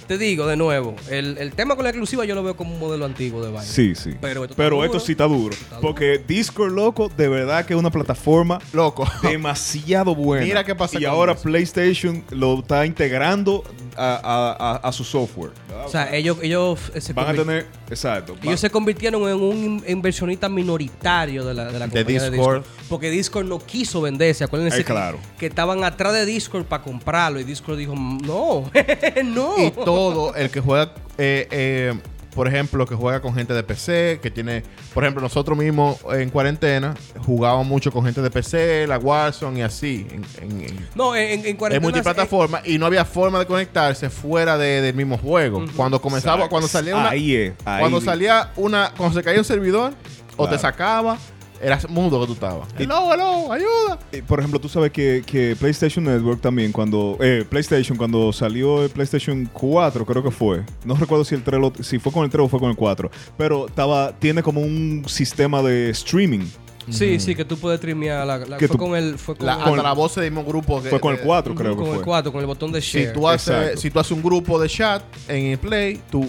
Speaker 2: te digo de nuevo, el, el tema con la exclusiva yo lo veo como un modelo antiguo de vaina.
Speaker 1: sí, sí.
Speaker 2: Pero esto está
Speaker 1: Pero
Speaker 2: duro.
Speaker 1: esto sí está duro.
Speaker 2: Está duro.
Speaker 1: Porque Discord, loco, de verdad que es una plataforma
Speaker 3: Loco.
Speaker 1: demasiado buena.
Speaker 3: Mira qué pasa
Speaker 1: Y
Speaker 3: con
Speaker 1: ahora
Speaker 3: eso.
Speaker 1: PlayStation lo está integrando a, a- a- a su software.
Speaker 2: O sea, ellos, ellos eh, se
Speaker 1: Ah, Van a
Speaker 2: convir-
Speaker 1: tener. Exacto. va-
Speaker 2: ellos se convirtieron en un in- inversionista minoritario de la, de la
Speaker 3: De
Speaker 2: compañía de
Speaker 3: Discord.
Speaker 2: Discord. Porque Discord no quiso venderse. Acuérdense
Speaker 1: Eh, claro.
Speaker 2: que, que estaban atrás de Discord para comprarlo. Y Discord dijo, no, no.
Speaker 3: y todo el que juega, eh, eh, por ejemplo, que juega con gente de PC, que tiene, por ejemplo, nosotros mismos eh, en cuarentena jugábamos mucho con gente de PC, la Warzone y así, en, en, en-
Speaker 2: no, en, en
Speaker 3: en
Speaker 2: cuarentena-
Speaker 3: multiplataforma, y no había forma de conectarse fuera de- del mismo juego. Cuando
Speaker 1: Exacto.
Speaker 3: comenzaba, Ah, cuando salía una,
Speaker 1: Ahí es. ahí
Speaker 3: cuando
Speaker 1: vi.
Speaker 3: salía una, cuando se caía un servidor o te
Speaker 1: Claro.
Speaker 3: sacaba, eras mudo que tú estabas. Hello, hello, ayuda.
Speaker 1: Eh, Por ejemplo, tú sabes que, que PlayStation Network también, cuando. eh, PlayStation, cuando salió el PlayStation 4, creo que fue. No recuerdo si el 3 lo- si fue con el 3 o fue con el 4. Pero estaba, tiene como un sistema de streaming.
Speaker 2: eh, Sí, sí, que tú puedes trimear. La, la-
Speaker 1: Que
Speaker 2: fue
Speaker 1: tú-
Speaker 2: con el... Fue con
Speaker 3: La,
Speaker 2: el-
Speaker 3: hasta la voz del mismo grupo que
Speaker 1: Fue con el
Speaker 3: de-
Speaker 1: 4,
Speaker 2: Ujú,
Speaker 1: creo que
Speaker 2: con
Speaker 1: fue.
Speaker 2: el 4, con el botón de share.
Speaker 3: Si tú, haces,
Speaker 1: Exacto.
Speaker 3: si tú haces un grupo de chat en el Play, tú,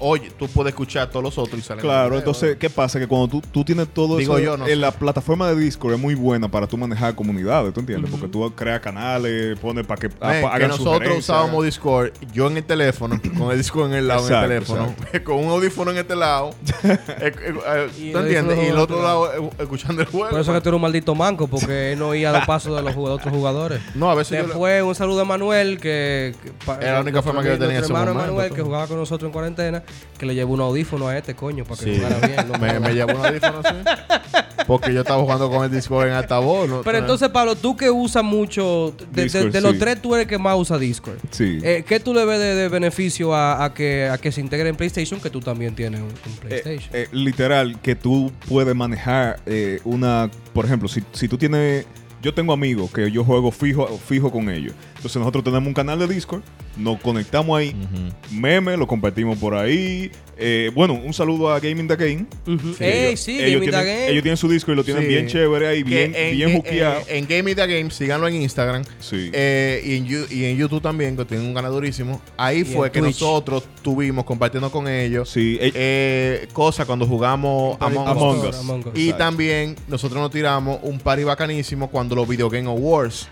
Speaker 3: oye, tú puedes escuchar a todos los otros y salen
Speaker 1: Claro,
Speaker 3: los videos.
Speaker 1: entonces, ¿qué pasa? Que cuando tú, tú tienes todo
Speaker 3: Digo
Speaker 1: eso
Speaker 3: yo, no
Speaker 1: en
Speaker 3: sé.
Speaker 1: la plataforma de Discord es muy buena para tú manejar comunidades, ¿tú entiendes? Porque tú creas canales, pones para que,
Speaker 3: Ven,
Speaker 1: pa-
Speaker 3: que
Speaker 1: hagan
Speaker 3: nosotros
Speaker 1: sugerencias,
Speaker 3: usábamos
Speaker 1: hagan-
Speaker 3: Discord, yo en el teléfono, con el Discord en el lado,
Speaker 1: Exacto,
Speaker 3: en el teléfono, con un audífono en este lado, eh, eh, eh,
Speaker 2: Y el
Speaker 3: ¿tú
Speaker 2: audífono
Speaker 3: entiendes? Y el
Speaker 2: del
Speaker 3: otro
Speaker 2: otro
Speaker 3: lado eh, escuchando el juego.
Speaker 2: Por eso que tú eres un maldito manco, porque él no oía los pasos de los jug- otros jugadores.
Speaker 3: No, a veces yo le-
Speaker 2: Después, un saludo a Manuel, que... que pa-
Speaker 3: Era la única forma que yo
Speaker 2: nuestro
Speaker 3: tenía en ese
Speaker 2: hermano
Speaker 3: momento,
Speaker 2: Manuel,
Speaker 3: tú.
Speaker 2: que jugaba con nosotros en cuarentena, que le llevó un audífono a este, coño, para que
Speaker 3: Sí.
Speaker 2: jugara bien. no
Speaker 3: me,
Speaker 2: jodas.
Speaker 3: me llevó un audífono así. Porque yo estaba jugando con el Discord en altavoz. ¿no?
Speaker 2: Pero entonces, Pablo, tú que usas mucho... De, de-
Speaker 1: Discord,
Speaker 2: de los
Speaker 1: sí.
Speaker 2: tres, tú eres el que más usa Discord.
Speaker 1: Sí.
Speaker 2: Eh, ¿Qué tú le ves de, de beneficio a, a que, a que se integre en PlayStation? Que tú también tienes un, un
Speaker 1: Eh,
Speaker 2: PlayStation.
Speaker 1: eh, literal, que tú puedes manejar eh, una. Por ejemplo, si, si tú tienes. Yo tengo amigos que yo juego fijo, fijo con ellos. Entonces, nosotros tenemos un canal de Discord nos conectamos ahí, meme, lo compartimos por ahí. Eh, bueno, un saludo a Gaming the Game.
Speaker 2: Ujú.
Speaker 1: Que
Speaker 2: Ey,
Speaker 1: ellos-
Speaker 2: sí,
Speaker 1: ellos,
Speaker 2: Gaming the
Speaker 1: tienen,
Speaker 2: Game.
Speaker 1: ellos tienen su disco y lo tienen
Speaker 3: Sí.
Speaker 1: bien chévere ahí,
Speaker 3: Que
Speaker 1: bien,
Speaker 3: en,
Speaker 1: bien
Speaker 3: en-
Speaker 2: eh,
Speaker 1: hookeado.
Speaker 3: en- en Game Media Games, síganlo en Instagram.
Speaker 1: Sí.
Speaker 3: Eh, y, en, Yu- y en YouTube también, que tienen un ganadurísimo. Ahí
Speaker 2: en
Speaker 3: fue que
Speaker 2: Twitch.
Speaker 3: nosotros tuvimos compartiendo con ellos
Speaker 1: sí, eh,
Speaker 3: eh, cosas cuando jugamos Among,
Speaker 1: Among
Speaker 3: Us.
Speaker 1: Us.
Speaker 2: Among Us.
Speaker 3: Y
Speaker 1: Exacto.
Speaker 3: también nosotros nos tiramos un party bacanísimo cuando los Video Game Awards,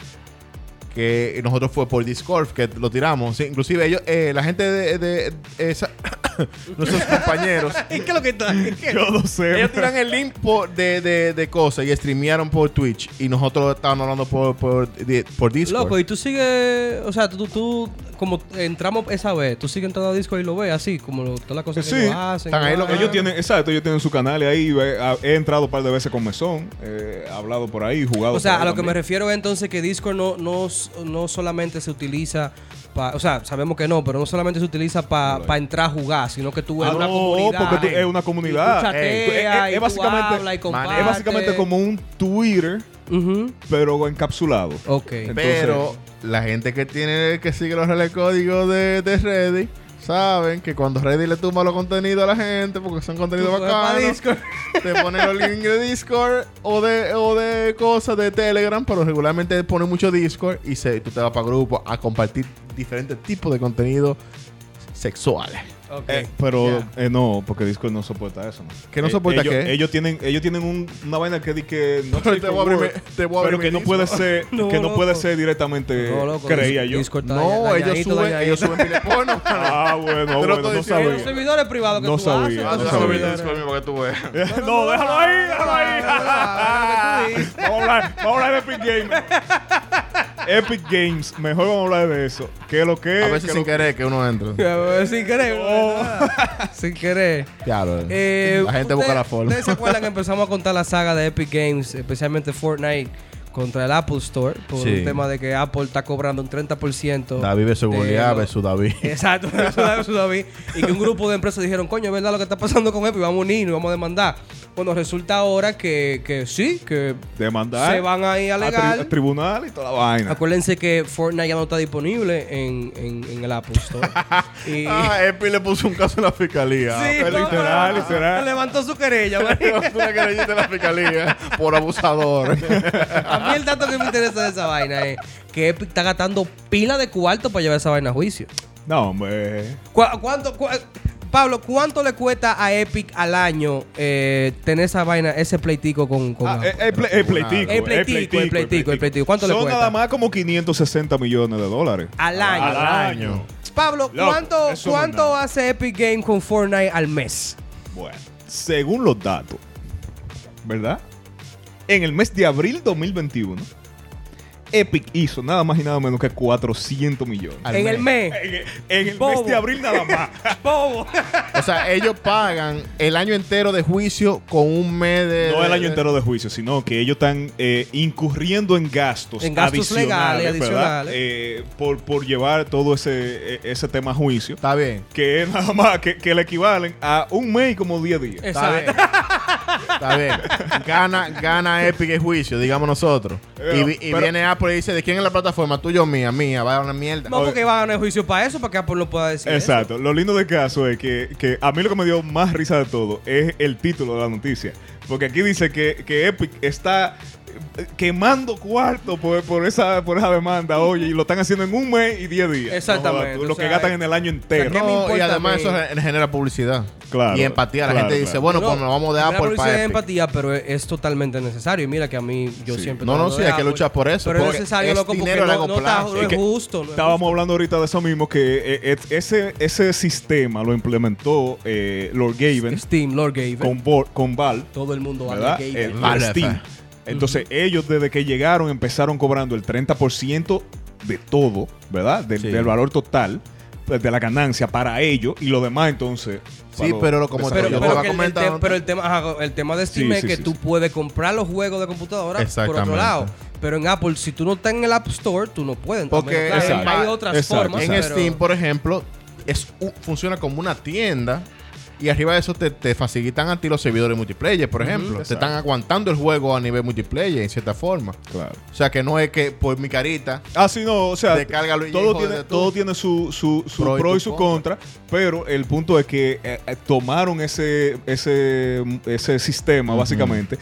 Speaker 3: que nosotros fue por Discord que lo tiramos. Sí, inclusive ellos, eh, la gente de, de- de esa- nuestros compañeros,
Speaker 2: ¿Qué es lo que está? ¿Qué?
Speaker 1: yo no sé.
Speaker 3: ellos tiran el link por- de, de- de cosas y streamearon por Twitch y nosotros estábamos hablando por, por, di- por Discord.
Speaker 2: Loco, y tú sigues, o sea, tú, tú, tú- como entramos esa vez, tú sigues entrando a disco y lo ves así, como lo- todas las cosas
Speaker 1: Sí,
Speaker 2: que ellos hacen.
Speaker 3: están ahí lo que
Speaker 2: Ah.
Speaker 1: ellos tienen, exacto, ellos tienen su canal ahí. ve- a- He entrado un par de veces con Mesón, eh, he hablado por ahí, jugado.
Speaker 2: O sea,
Speaker 1: por
Speaker 2: a
Speaker 1: ahí
Speaker 2: lo que me
Speaker 1: también.
Speaker 2: refiero es entonces que Discord no, no, s- no solamente se utiliza para, o sea, sabemos que no, pero no solamente se utiliza para entrar a jugar, sino que tú
Speaker 1: Ah,
Speaker 2: en una
Speaker 1: no,
Speaker 2: comunidad.
Speaker 1: porque tú- es una
Speaker 2: y tú
Speaker 1: comunidad.
Speaker 2: chateas,
Speaker 1: Ey,
Speaker 2: y
Speaker 1: es- es
Speaker 2: tú
Speaker 1: básicamente-
Speaker 2: hablas y
Speaker 1: man, es
Speaker 2: compartes.
Speaker 3: parte.
Speaker 1: Es básicamente como un Twitter,
Speaker 2: Ujú.
Speaker 1: pero encapsulado.
Speaker 2: Ok.
Speaker 1: Este
Speaker 3: Pero la gente que tiene que sigue los reales códigos de, de Reddit saben que cuando Reddit le tumba los contenidos a la gente, porque son contenidos
Speaker 2: Tú coges pa'
Speaker 3: bacanos,
Speaker 2: Discord.
Speaker 3: te ponen los links de Discord o de, o de cosas de Telegram, pero regularmente ponen mucho Discord y se, tú te vas para grupos a compartir diferentes tipos de contenidos sexuales.
Speaker 2: Ok.
Speaker 1: Eh, pero
Speaker 3: Ya.
Speaker 1: eh, no, porque Discord no soporta eso. ¿no?
Speaker 3: ¿Que no
Speaker 1: Eh,
Speaker 3: soporta
Speaker 1: ellos,
Speaker 3: qué?
Speaker 1: Ellos tienen, ellos tienen un- una vaina que di que no
Speaker 3: Pero
Speaker 1: sé
Speaker 3: te
Speaker 1: qué
Speaker 3: voy a abrir
Speaker 1: word,
Speaker 3: mi- te voy a abrir
Speaker 1: pero
Speaker 3: mi
Speaker 1: que no
Speaker 3: Discord.
Speaker 1: puede ser,
Speaker 2: No,
Speaker 1: que no puede
Speaker 2: loco.
Speaker 1: ser directamente
Speaker 2: No, loco,
Speaker 1: eh, creía
Speaker 2: Dis-
Speaker 1: yo.
Speaker 2: Discord está
Speaker 3: No,
Speaker 2: daña-
Speaker 3: ellos
Speaker 2: dañadito,
Speaker 3: suben,
Speaker 2: dañadito.
Speaker 3: ellos suben pile porno.
Speaker 1: Ah, bueno,
Speaker 3: Yo no
Speaker 1: bueno,
Speaker 3: estoy
Speaker 1: no
Speaker 3: diciendo-
Speaker 2: En los
Speaker 1: sabía.
Speaker 2: servidores privados que
Speaker 1: No
Speaker 2: tú
Speaker 1: sabía,
Speaker 2: haces,
Speaker 1: Ah, no
Speaker 2: los
Speaker 1: sabía.
Speaker 2: servidores.
Speaker 3: para que tú veas.
Speaker 1: no, déjalo ahí, déjalo ahí.
Speaker 2: Ah, lo que tú dices.
Speaker 1: vamos, a hablar, vamos a hablar de Epic Games. Epic Games, mejor vamos a hablar de eso. Que lo que
Speaker 3: A
Speaker 1: es,
Speaker 3: veces
Speaker 1: que
Speaker 3: sin
Speaker 1: lo-
Speaker 3: querer que uno entra.
Speaker 2: Sin querer.
Speaker 1: Oh.
Speaker 2: Sin querer.
Speaker 3: Claro.
Speaker 2: Eh,
Speaker 3: la gente busca
Speaker 2: ¿ustedes-
Speaker 3: la forma.
Speaker 2: ¿Ustedes se acuerdan que empezamos a contar la saga de Epic Games, especialmente Fortnite, contra el Apple Store? Por
Speaker 3: Sí.
Speaker 2: un tema de que Apple está cobrando un 30%.
Speaker 3: David versus
Speaker 2: de
Speaker 3: Goliat
Speaker 2: lo-
Speaker 3: versus David.
Speaker 2: Exacto, versus David, versus David. Y que un grupo de empresas dijeron, coño, es verdad lo que está pasando con Epic, vamos a unirnos, vamos a demandar. Bueno, resulta ahora que, que sí, que
Speaker 1: demandar
Speaker 2: se van ahí a
Speaker 1: tri-
Speaker 2: alegar.
Speaker 1: a tribunal y toda la vaina.
Speaker 2: Acuérdense que Fortnite ya no está disponible en, en- en el Apple Store. y,
Speaker 3: Ah, Epi le puso un caso en la fiscalía.
Speaker 2: Sí,
Speaker 1: pero literal,
Speaker 2: no,
Speaker 1: literal.
Speaker 2: Levantó su querella, güey.
Speaker 3: Tú una querellita en la fiscalía por abusador.
Speaker 2: A mí el dato que me interesa de esa vaina es que Epic está gastando pila de cuarto para llevar esa vaina a juicio.
Speaker 1: No, hombre. Ah,
Speaker 2: ¿Cu- cuánto, cua- Pablo, ¿cuánto le cuesta a Epic al año eh, tener esa vaina, ese pleitico con, con
Speaker 1: Ah,
Speaker 2: Apple?
Speaker 1: eh, eh, ple- eh, pleitico,
Speaker 2: El pleitico, el pleitico, el pleitico. eh, ¿Cuánto le
Speaker 1: Son
Speaker 2: cuesta? Ah.
Speaker 1: nada más como 560 millones de dólares.
Speaker 2: al año. Pablo,
Speaker 1: ah, Loco, eso
Speaker 2: ¿cuánto,
Speaker 1: no es
Speaker 2: cuánto
Speaker 1: nada.
Speaker 2: hace Epic Game con Fortnite al mes?
Speaker 1: Bueno, según los datos, ¿verdad? En el mes de abril 2021, Epic hizo nada más y nada menos que 400 millones.
Speaker 3: Al
Speaker 2: en el mes.
Speaker 1: En, el- en el
Speaker 2: Bobo.
Speaker 1: mes de abril nada más.
Speaker 2: Bobo.
Speaker 3: O sea, ellos pagan el año entero de juicio con un mes de.
Speaker 1: No el
Speaker 2: Eh,
Speaker 1: año entero de juicio, sino que ellos están eh, incurriendo en gastos,
Speaker 2: En gastos
Speaker 1: adicionales,
Speaker 2: legales,
Speaker 1: ¿verdad?
Speaker 2: adicionales.
Speaker 1: Eh, por, por llevar todo ese, eh, ese tema a juicio.
Speaker 3: Está bien.
Speaker 1: que es nada más que, que le equivalen a un mes y como 10 días.
Speaker 2: Eh,
Speaker 3: Está bien. Está bien. Gana, gana Epic el juicio, digamos nosotros. Y, vi- y
Speaker 1: Pero-
Speaker 3: viene Apple y dice: ¿De quién es la plataforma? ¿Tuyo o mía? Mía, vaya una mierda.
Speaker 2: No, porque van a ganar juicio para eso, para que Apple no pueda decir eso.
Speaker 1: Exacto. Lo lindo del caso es que, que a mí lo que me dio más risa de todo es el título de la noticia. Porque aquí dice que, que Epic está eh, quemando cuarto por, por esa, por esa demanda, oye, y lo están haciendo en un mes y 10 días.
Speaker 2: Exactamente,
Speaker 1: No jodas tú,
Speaker 2: o
Speaker 1: lo que
Speaker 2: sea,
Speaker 1: gastan en el año entero.
Speaker 2: ¿qué me
Speaker 3: No, y
Speaker 2: importa pues? a
Speaker 3: además
Speaker 2: mí?
Speaker 3: eso gen- genera publicidad.
Speaker 1: Claro,
Speaker 3: Y empatía. La
Speaker 1: claro,
Speaker 3: gente dice:
Speaker 1: claro.
Speaker 3: Bueno,
Speaker 2: No,
Speaker 3: pues nos vamos de
Speaker 2: la
Speaker 3: Apple
Speaker 2: publicidad
Speaker 3: para
Speaker 2: de
Speaker 3: Epic.
Speaker 2: empatía, pero es, es totalmente necesario. Y mira que a mí yo
Speaker 1: Sí.
Speaker 2: siempre. estoy
Speaker 3: No, no,
Speaker 2: hablando
Speaker 3: sí,
Speaker 2: de
Speaker 3: hay que
Speaker 2: Apple,
Speaker 3: luchar por eso,
Speaker 2: Pero es
Speaker 3: porque
Speaker 2: necesario,
Speaker 3: es
Speaker 2: loco, porque
Speaker 3: dinero a
Speaker 2: no,
Speaker 3: largo
Speaker 2: no está-
Speaker 3: plazo.
Speaker 2: no
Speaker 1: Es
Speaker 2: es
Speaker 1: que
Speaker 2: justo. no es
Speaker 1: Estábamos hablando ahorita de eso mismo, que eh, eh, ese, ese sistema lo implementó eh, Lord Gaven
Speaker 2: justo. Steam, Lord Gaven.
Speaker 1: con, Bor- con Valve.
Speaker 2: todo el mundo habla
Speaker 1: ¿verdad?
Speaker 2: de
Speaker 1: El-
Speaker 2: Gaven.
Speaker 1: el
Speaker 3: Vale,
Speaker 1: Steam.
Speaker 3: fe.
Speaker 1: Entonces, ellos desde que llegaron empezaron cobrando el 30% de todo, ¿verdad? Del,
Speaker 3: Sí.
Speaker 1: del valor total pues, de la ganancia para ellos y lo demás entonces. para
Speaker 3: Sí,
Speaker 1: los
Speaker 3: pero lo- como te
Speaker 2: pero,
Speaker 3: Yo
Speaker 2: pero
Speaker 3: voy
Speaker 1: desarrolladores.
Speaker 3: a
Speaker 2: que el- el
Speaker 3: comentar
Speaker 2: te-
Speaker 3: otra.
Speaker 2: pero el tema ajá, el tema de Steam
Speaker 1: Sí,
Speaker 2: es
Speaker 1: sí,
Speaker 2: que
Speaker 1: sí,
Speaker 2: tú
Speaker 1: sí.
Speaker 2: puedes comprar los juegos de computadora por otro
Speaker 3: Exactamente.
Speaker 2: lado pero en Apple si tú no estás en el App Store tú no puedes a
Speaker 3: Porque-
Speaker 2: menos que-
Speaker 1: Exacto.
Speaker 2: hay otras
Speaker 1: Exacto.
Speaker 2: formas
Speaker 3: En
Speaker 2: pero-
Speaker 3: Steam, por ejemplo, es u- funciona como una tienda Y arriba de eso te, te facilitan a ti los servidores multiplayer, por ejemplo. te están aguantando el juego a nivel multiplayer, en cierta forma.
Speaker 1: Claro.
Speaker 3: O sea que no es que por mi carita.
Speaker 1: Ah, sí, no, o sea,
Speaker 3: Descárgalo y
Speaker 1: todo
Speaker 3: hijo de
Speaker 1: tiene,
Speaker 3: tu-
Speaker 1: todo tiene su, su, su pro, y su contra. pero el punto es que eh, eh, tomaron ese, ese, ese sistema, básicamente.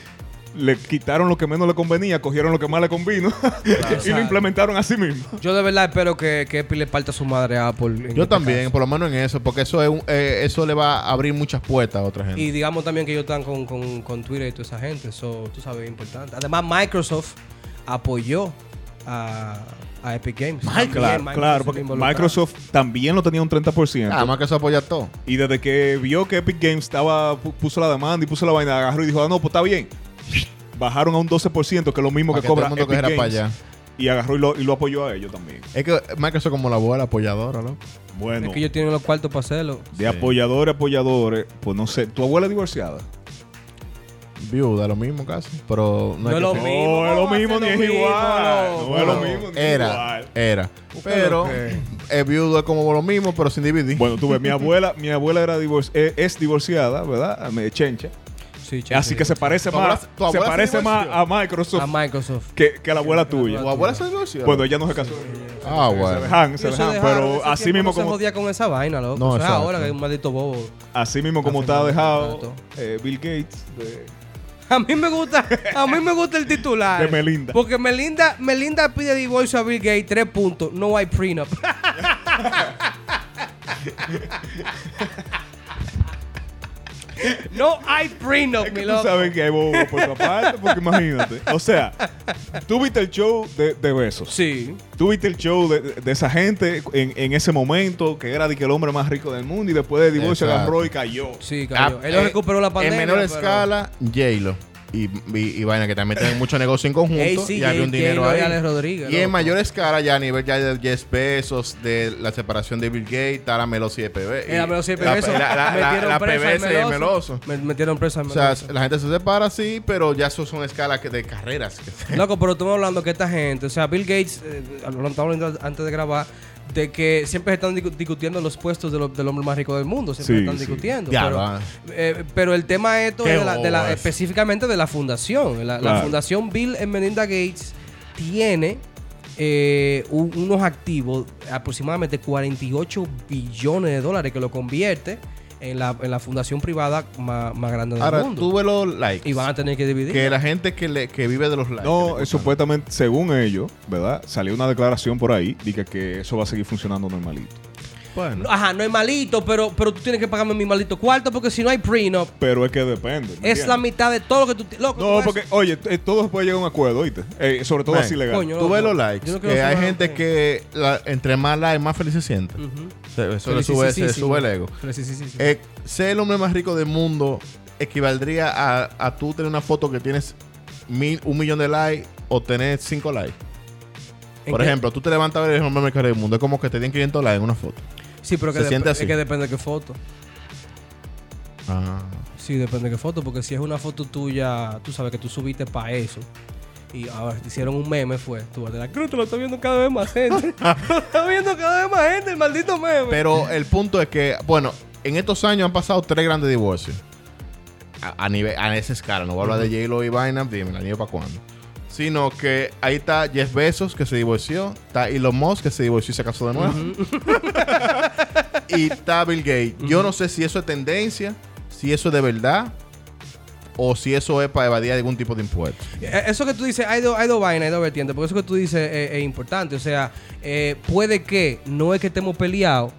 Speaker 1: Le quitaron lo que menos le convenía, cogieron lo que más le convino y
Speaker 2: Exacto.
Speaker 1: lo implementaron así mismo.
Speaker 3: pues.
Speaker 2: Yo de verdad espero que, que Epic le parta su madre a Apple. en
Speaker 3: Yo
Speaker 2: este
Speaker 3: también,
Speaker 2: caso.
Speaker 3: por lo menos en eso, porque eso es un- eh, eso le va a abrir muchas puertas a otra gente.
Speaker 2: Y digamos también que ellos están con, con- con Twitter y toda esa gente. Eso, tú sabes, es importante. Además, Microsoft apoyó a, a Epic Games. También
Speaker 1: claro, claro, porque
Speaker 2: involucrado.
Speaker 1: Microsoft también lo tenía un 30%.
Speaker 3: Además que eso apoya todo.
Speaker 1: y desde que vio que Epic Games estaba pu- puso la demanda y puso la vaina, agarró y dijo, ah, no, pues está bien. Bajaron a un 12%, que es lo mismo
Speaker 3: Para
Speaker 1: que
Speaker 3: que todo el
Speaker 1: cobra
Speaker 3: mundo
Speaker 1: Epic
Speaker 3: cogiera
Speaker 1: Games.
Speaker 3: para allá.
Speaker 1: Y agarró y lo, y lo apoyó a ellos también.
Speaker 3: Es que Microsoft como la bola apoyadora, ¿no?
Speaker 1: Bueno.
Speaker 2: Es que ellos tienen los cuartos para hacerlo.
Speaker 1: De apoyador a apoyadores, pues no sé, tu abuela es divorciada.
Speaker 3: Viuda, lo mismo casi. Pero no,
Speaker 2: No
Speaker 3: es que
Speaker 2: lo
Speaker 3: sea-
Speaker 2: mismo, ¿cómo
Speaker 1: es
Speaker 2: va
Speaker 1: lo
Speaker 2: a ser
Speaker 1: mismo
Speaker 2: lo
Speaker 1: ni es
Speaker 2: mismo,
Speaker 1: igual.
Speaker 2: loco?
Speaker 1: No es lo
Speaker 3: Bueno,
Speaker 1: mismo ni es
Speaker 3: Era,
Speaker 1: igual.
Speaker 3: era. Pero
Speaker 2: que-
Speaker 3: el viudo es como lo mismo, pero sin dividir.
Speaker 1: Bueno, tú ves, mi abuela, mi abuela era divor- eh, es divorciada, ¿verdad? Ah, Me chencha.
Speaker 2: Sí, chico,
Speaker 1: Así que se parece
Speaker 3: Tu
Speaker 1: más,
Speaker 3: abuela- tu abuela
Speaker 1: se
Speaker 3: se
Speaker 1: parece más
Speaker 3: divorció.
Speaker 1: a Microsoft
Speaker 2: A Microsoft.
Speaker 1: que, que a la abuela tuya.
Speaker 3: ¿Tu abuela se divorció?
Speaker 1: Bueno, ella no se casó.
Speaker 3: ah,
Speaker 1: Se
Speaker 3: bueno.
Speaker 1: dejan, se
Speaker 2: Eso
Speaker 1: dejan,
Speaker 2: dejaron,
Speaker 1: pero
Speaker 2: ese
Speaker 1: así
Speaker 2: tiempo
Speaker 1: mismo
Speaker 2: no se
Speaker 1: como
Speaker 2: jodía con esa vaina, loco.
Speaker 3: No,
Speaker 2: Eso es
Speaker 3: exacto.
Speaker 2: ahora que es un maldito bobo.
Speaker 1: así mismo como
Speaker 2: Hace
Speaker 1: está
Speaker 2: mal,
Speaker 1: dejado
Speaker 2: exacto.
Speaker 1: eh, Bill Gates de-
Speaker 2: A mí me gusta, a mí me gusta el titular.
Speaker 1: De Melinda.
Speaker 2: Porque Melinda, Melinda pide divorcio a Bill Gates, tres puntos. No hay prenup. no hay prenup,
Speaker 1: Es que
Speaker 2: mi
Speaker 1: tú
Speaker 2: loco.
Speaker 1: sabes que hay bobo por tu parte, porque imagínate. O sea, tú viste el show de, de besos.
Speaker 2: Sí.
Speaker 1: Tú viste el show de, de esa gente en, en ese momento que era de que el hombre más rico del mundo y después del divorcio
Speaker 3: Exacto.
Speaker 1: agarró y cayó.
Speaker 2: Sí, cabrón.
Speaker 3: Ah,
Speaker 2: Él lo
Speaker 3: eh,
Speaker 2: recuperó la pandemia.
Speaker 3: En menor
Speaker 2: pero-
Speaker 3: escala, J-Lo. Y, y, y vaina que también tienen mucho negocio en conjunto.
Speaker 2: Ey, sí,
Speaker 3: y había un
Speaker 2: J-
Speaker 3: dinero
Speaker 2: J-Lo y
Speaker 3: ahí.
Speaker 2: Alex Rodríguez,
Speaker 3: y en
Speaker 2: loco.
Speaker 3: mayor escala, ya a nivel ya de Jeff Bezos, de la separación de Bill Gates, está la Melosi de PB.
Speaker 2: Era menos siempre
Speaker 3: la-
Speaker 2: eso.
Speaker 3: La, la, la-
Speaker 2: Metieron
Speaker 3: la
Speaker 2: preso al
Speaker 3: PBS de Meloso.
Speaker 2: Me- Metieron preso al
Speaker 3: O sea,
Speaker 2: Meloso.
Speaker 3: la gente se separa, sí, pero ya eso son escalas que- de carreras. que se-
Speaker 2: Loco, pero estamos hablando que esta gente, o sea, Bill Gates, eh, lo estábamos hablando antes de grabar, de que siempre se están discu- discutiendo los puestos de lo- del hombre más rico del mundo, siempre
Speaker 1: Sí,
Speaker 2: se están
Speaker 1: sí.
Speaker 2: discutiendo.
Speaker 3: Ya va.
Speaker 2: pero, eh, pero el tema esto
Speaker 3: Qué
Speaker 2: es de la, de la-
Speaker 3: bobo es.
Speaker 2: específicamente de la fundación. La, la
Speaker 1: Claro.
Speaker 2: fundación Bill and Melinda Gates tiene eh, un- unos activos aproximadamente 48 billones de dólares que lo convierte en la, en la fundación privada más, más grande del
Speaker 3: Ahora,
Speaker 2: mundo.
Speaker 3: tú ves los likes.
Speaker 2: y van a tener que dividir.
Speaker 3: Que la gente que, le, que vive de los likes.
Speaker 1: No,
Speaker 3: que le
Speaker 1: eh, supuestamente, según ellos, ¿verdad? Salió una declaración por ahí, dije que eso va a seguir funcionando normalito.
Speaker 3: gustan. Bueno.
Speaker 2: No, Ajá, no es malito, pero, pero tú tienes que pagarme mi maldito cuarto porque si no hay prenup,
Speaker 1: Pero es que depende. ¿me
Speaker 2: es la
Speaker 1: entiendes?
Speaker 2: mitad de todo lo que tú ti- loco,
Speaker 1: No,
Speaker 2: tú
Speaker 1: porque,
Speaker 2: ves-
Speaker 1: oye, t- eh, todos pueden llegar a un acuerdo, ¿oíste? Eh, sobre todo
Speaker 3: Man,
Speaker 1: así legal.
Speaker 2: coño.
Speaker 3: Tú ves
Speaker 2: no,
Speaker 3: los
Speaker 2: no.
Speaker 3: likes.
Speaker 2: Yo no quiero
Speaker 3: que
Speaker 2: ser
Speaker 3: hay
Speaker 2: una
Speaker 3: gente
Speaker 2: mujer.
Speaker 3: que la- entre más likes, más feliz se siente.
Speaker 2: Ujú.
Speaker 3: Se- Eso
Speaker 2: Pero
Speaker 3: le
Speaker 2: sí,
Speaker 3: sube,
Speaker 2: sí,
Speaker 3: se
Speaker 2: sí,
Speaker 3: sube
Speaker 2: sí.
Speaker 3: el ego.
Speaker 2: Pero sí, sí, sí, sí.
Speaker 3: Eh, ser el hombre más rico del mundo equivaldría a, a tú tener una foto que tienes mil, un millón de likes o tener cinco likes.
Speaker 2: ¿En
Speaker 3: Por
Speaker 2: qué?
Speaker 3: ejemplo, tú te levantas a ver el hombre más rico del mundo. Es como que te den 500 likes en una foto.
Speaker 2: Sí, pero que
Speaker 3: se
Speaker 2: dep-
Speaker 3: siente
Speaker 2: es
Speaker 3: así.
Speaker 2: que depende de qué foto.
Speaker 3: Ah.
Speaker 2: Sí, depende de qué foto, porque si es una foto tuya, tú sabes que tú subiste para eso. Y ahora te hicieron un meme, fue. Tú vas de la cruz, te lo está viendo cada vez más gente. lo está viendo cada vez más gente, el maldito meme.
Speaker 3: Pero el punto es que, bueno, en estos años han pasado tres grandes divorcios. A, a nivel, a esa escala. No voy a hablar de J-Lo y Binance, dime, la niña para cuándo. Sino que ahí está Jeff Bezos, que se divorció. Está Elon Musk, que se divorció y se casó de nuevo. y está Bill Gates. Yo no sé si eso es tendencia, si eso es de verdad, o si eso es para evadir algún tipo de impuesto.
Speaker 2: Eh, Eso que tú dices, hay dos hay dos vainas, hay dos vertientes, porque eso que tú dices eh, es, importante. O sea, eh, puede que no es que estemos peleados,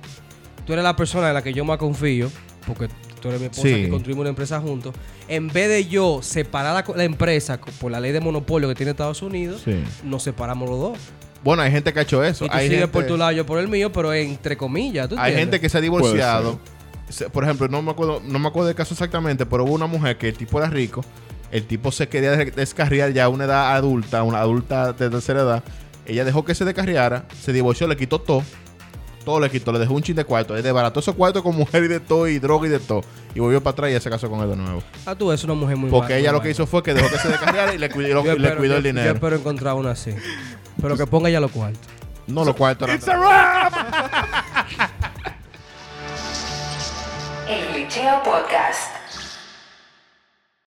Speaker 2: tú eres la persona en la que yo más confío, porque tú eres mi esposa
Speaker 3: Sí.
Speaker 2: que construimos una empresa juntos. En vez de yo separar la, co- la empresa co- por la ley de monopolio que tiene Estados Unidos,
Speaker 3: Sí.
Speaker 2: nos separamos los dos.
Speaker 3: Bueno, hay gente que ha hecho eso.
Speaker 2: Y tú
Speaker 3: hay
Speaker 2: sigues
Speaker 3: gente,
Speaker 2: por tu lado, yo por el mío, pero entre comillas. ¿tú
Speaker 3: Hay gente
Speaker 2: entiendes?
Speaker 3: que se ha divorciado.
Speaker 1: Puede
Speaker 3: Se- Por ejemplo, no me acuerdo, no me acuerdo del caso exactamente, pero hubo una mujer que el tipo era rico, el tipo se quería de- descarriar ya a una edad adulta, una adulta de tercera edad. Ella dejó que se descarriara, se divorció, le quitó todo. Todo le quitó, le dejó un chin de cuarto. Le desbarató esos cuartos con mujer y de todo, y droga y de todo. Y volvió para atrás y ya se casó con él de nuevo.
Speaker 2: Ah, tú, es una mujer muy
Speaker 3: Porque
Speaker 2: mal-
Speaker 3: ella
Speaker 2: muy
Speaker 3: lo que
Speaker 2: mal.
Speaker 3: hizo fue que dejó que se descarriara y le cuidó, y lo-
Speaker 2: Yo
Speaker 3: y le
Speaker 2: espero-
Speaker 3: cuidó
Speaker 2: yo-
Speaker 3: el
Speaker 2: Yo
Speaker 3: dinero.
Speaker 2: espero encontrar una así. Pero que ponga ya los cuartos.
Speaker 3: No, los cuartos. eran-
Speaker 4: El Glitcheo Podcast.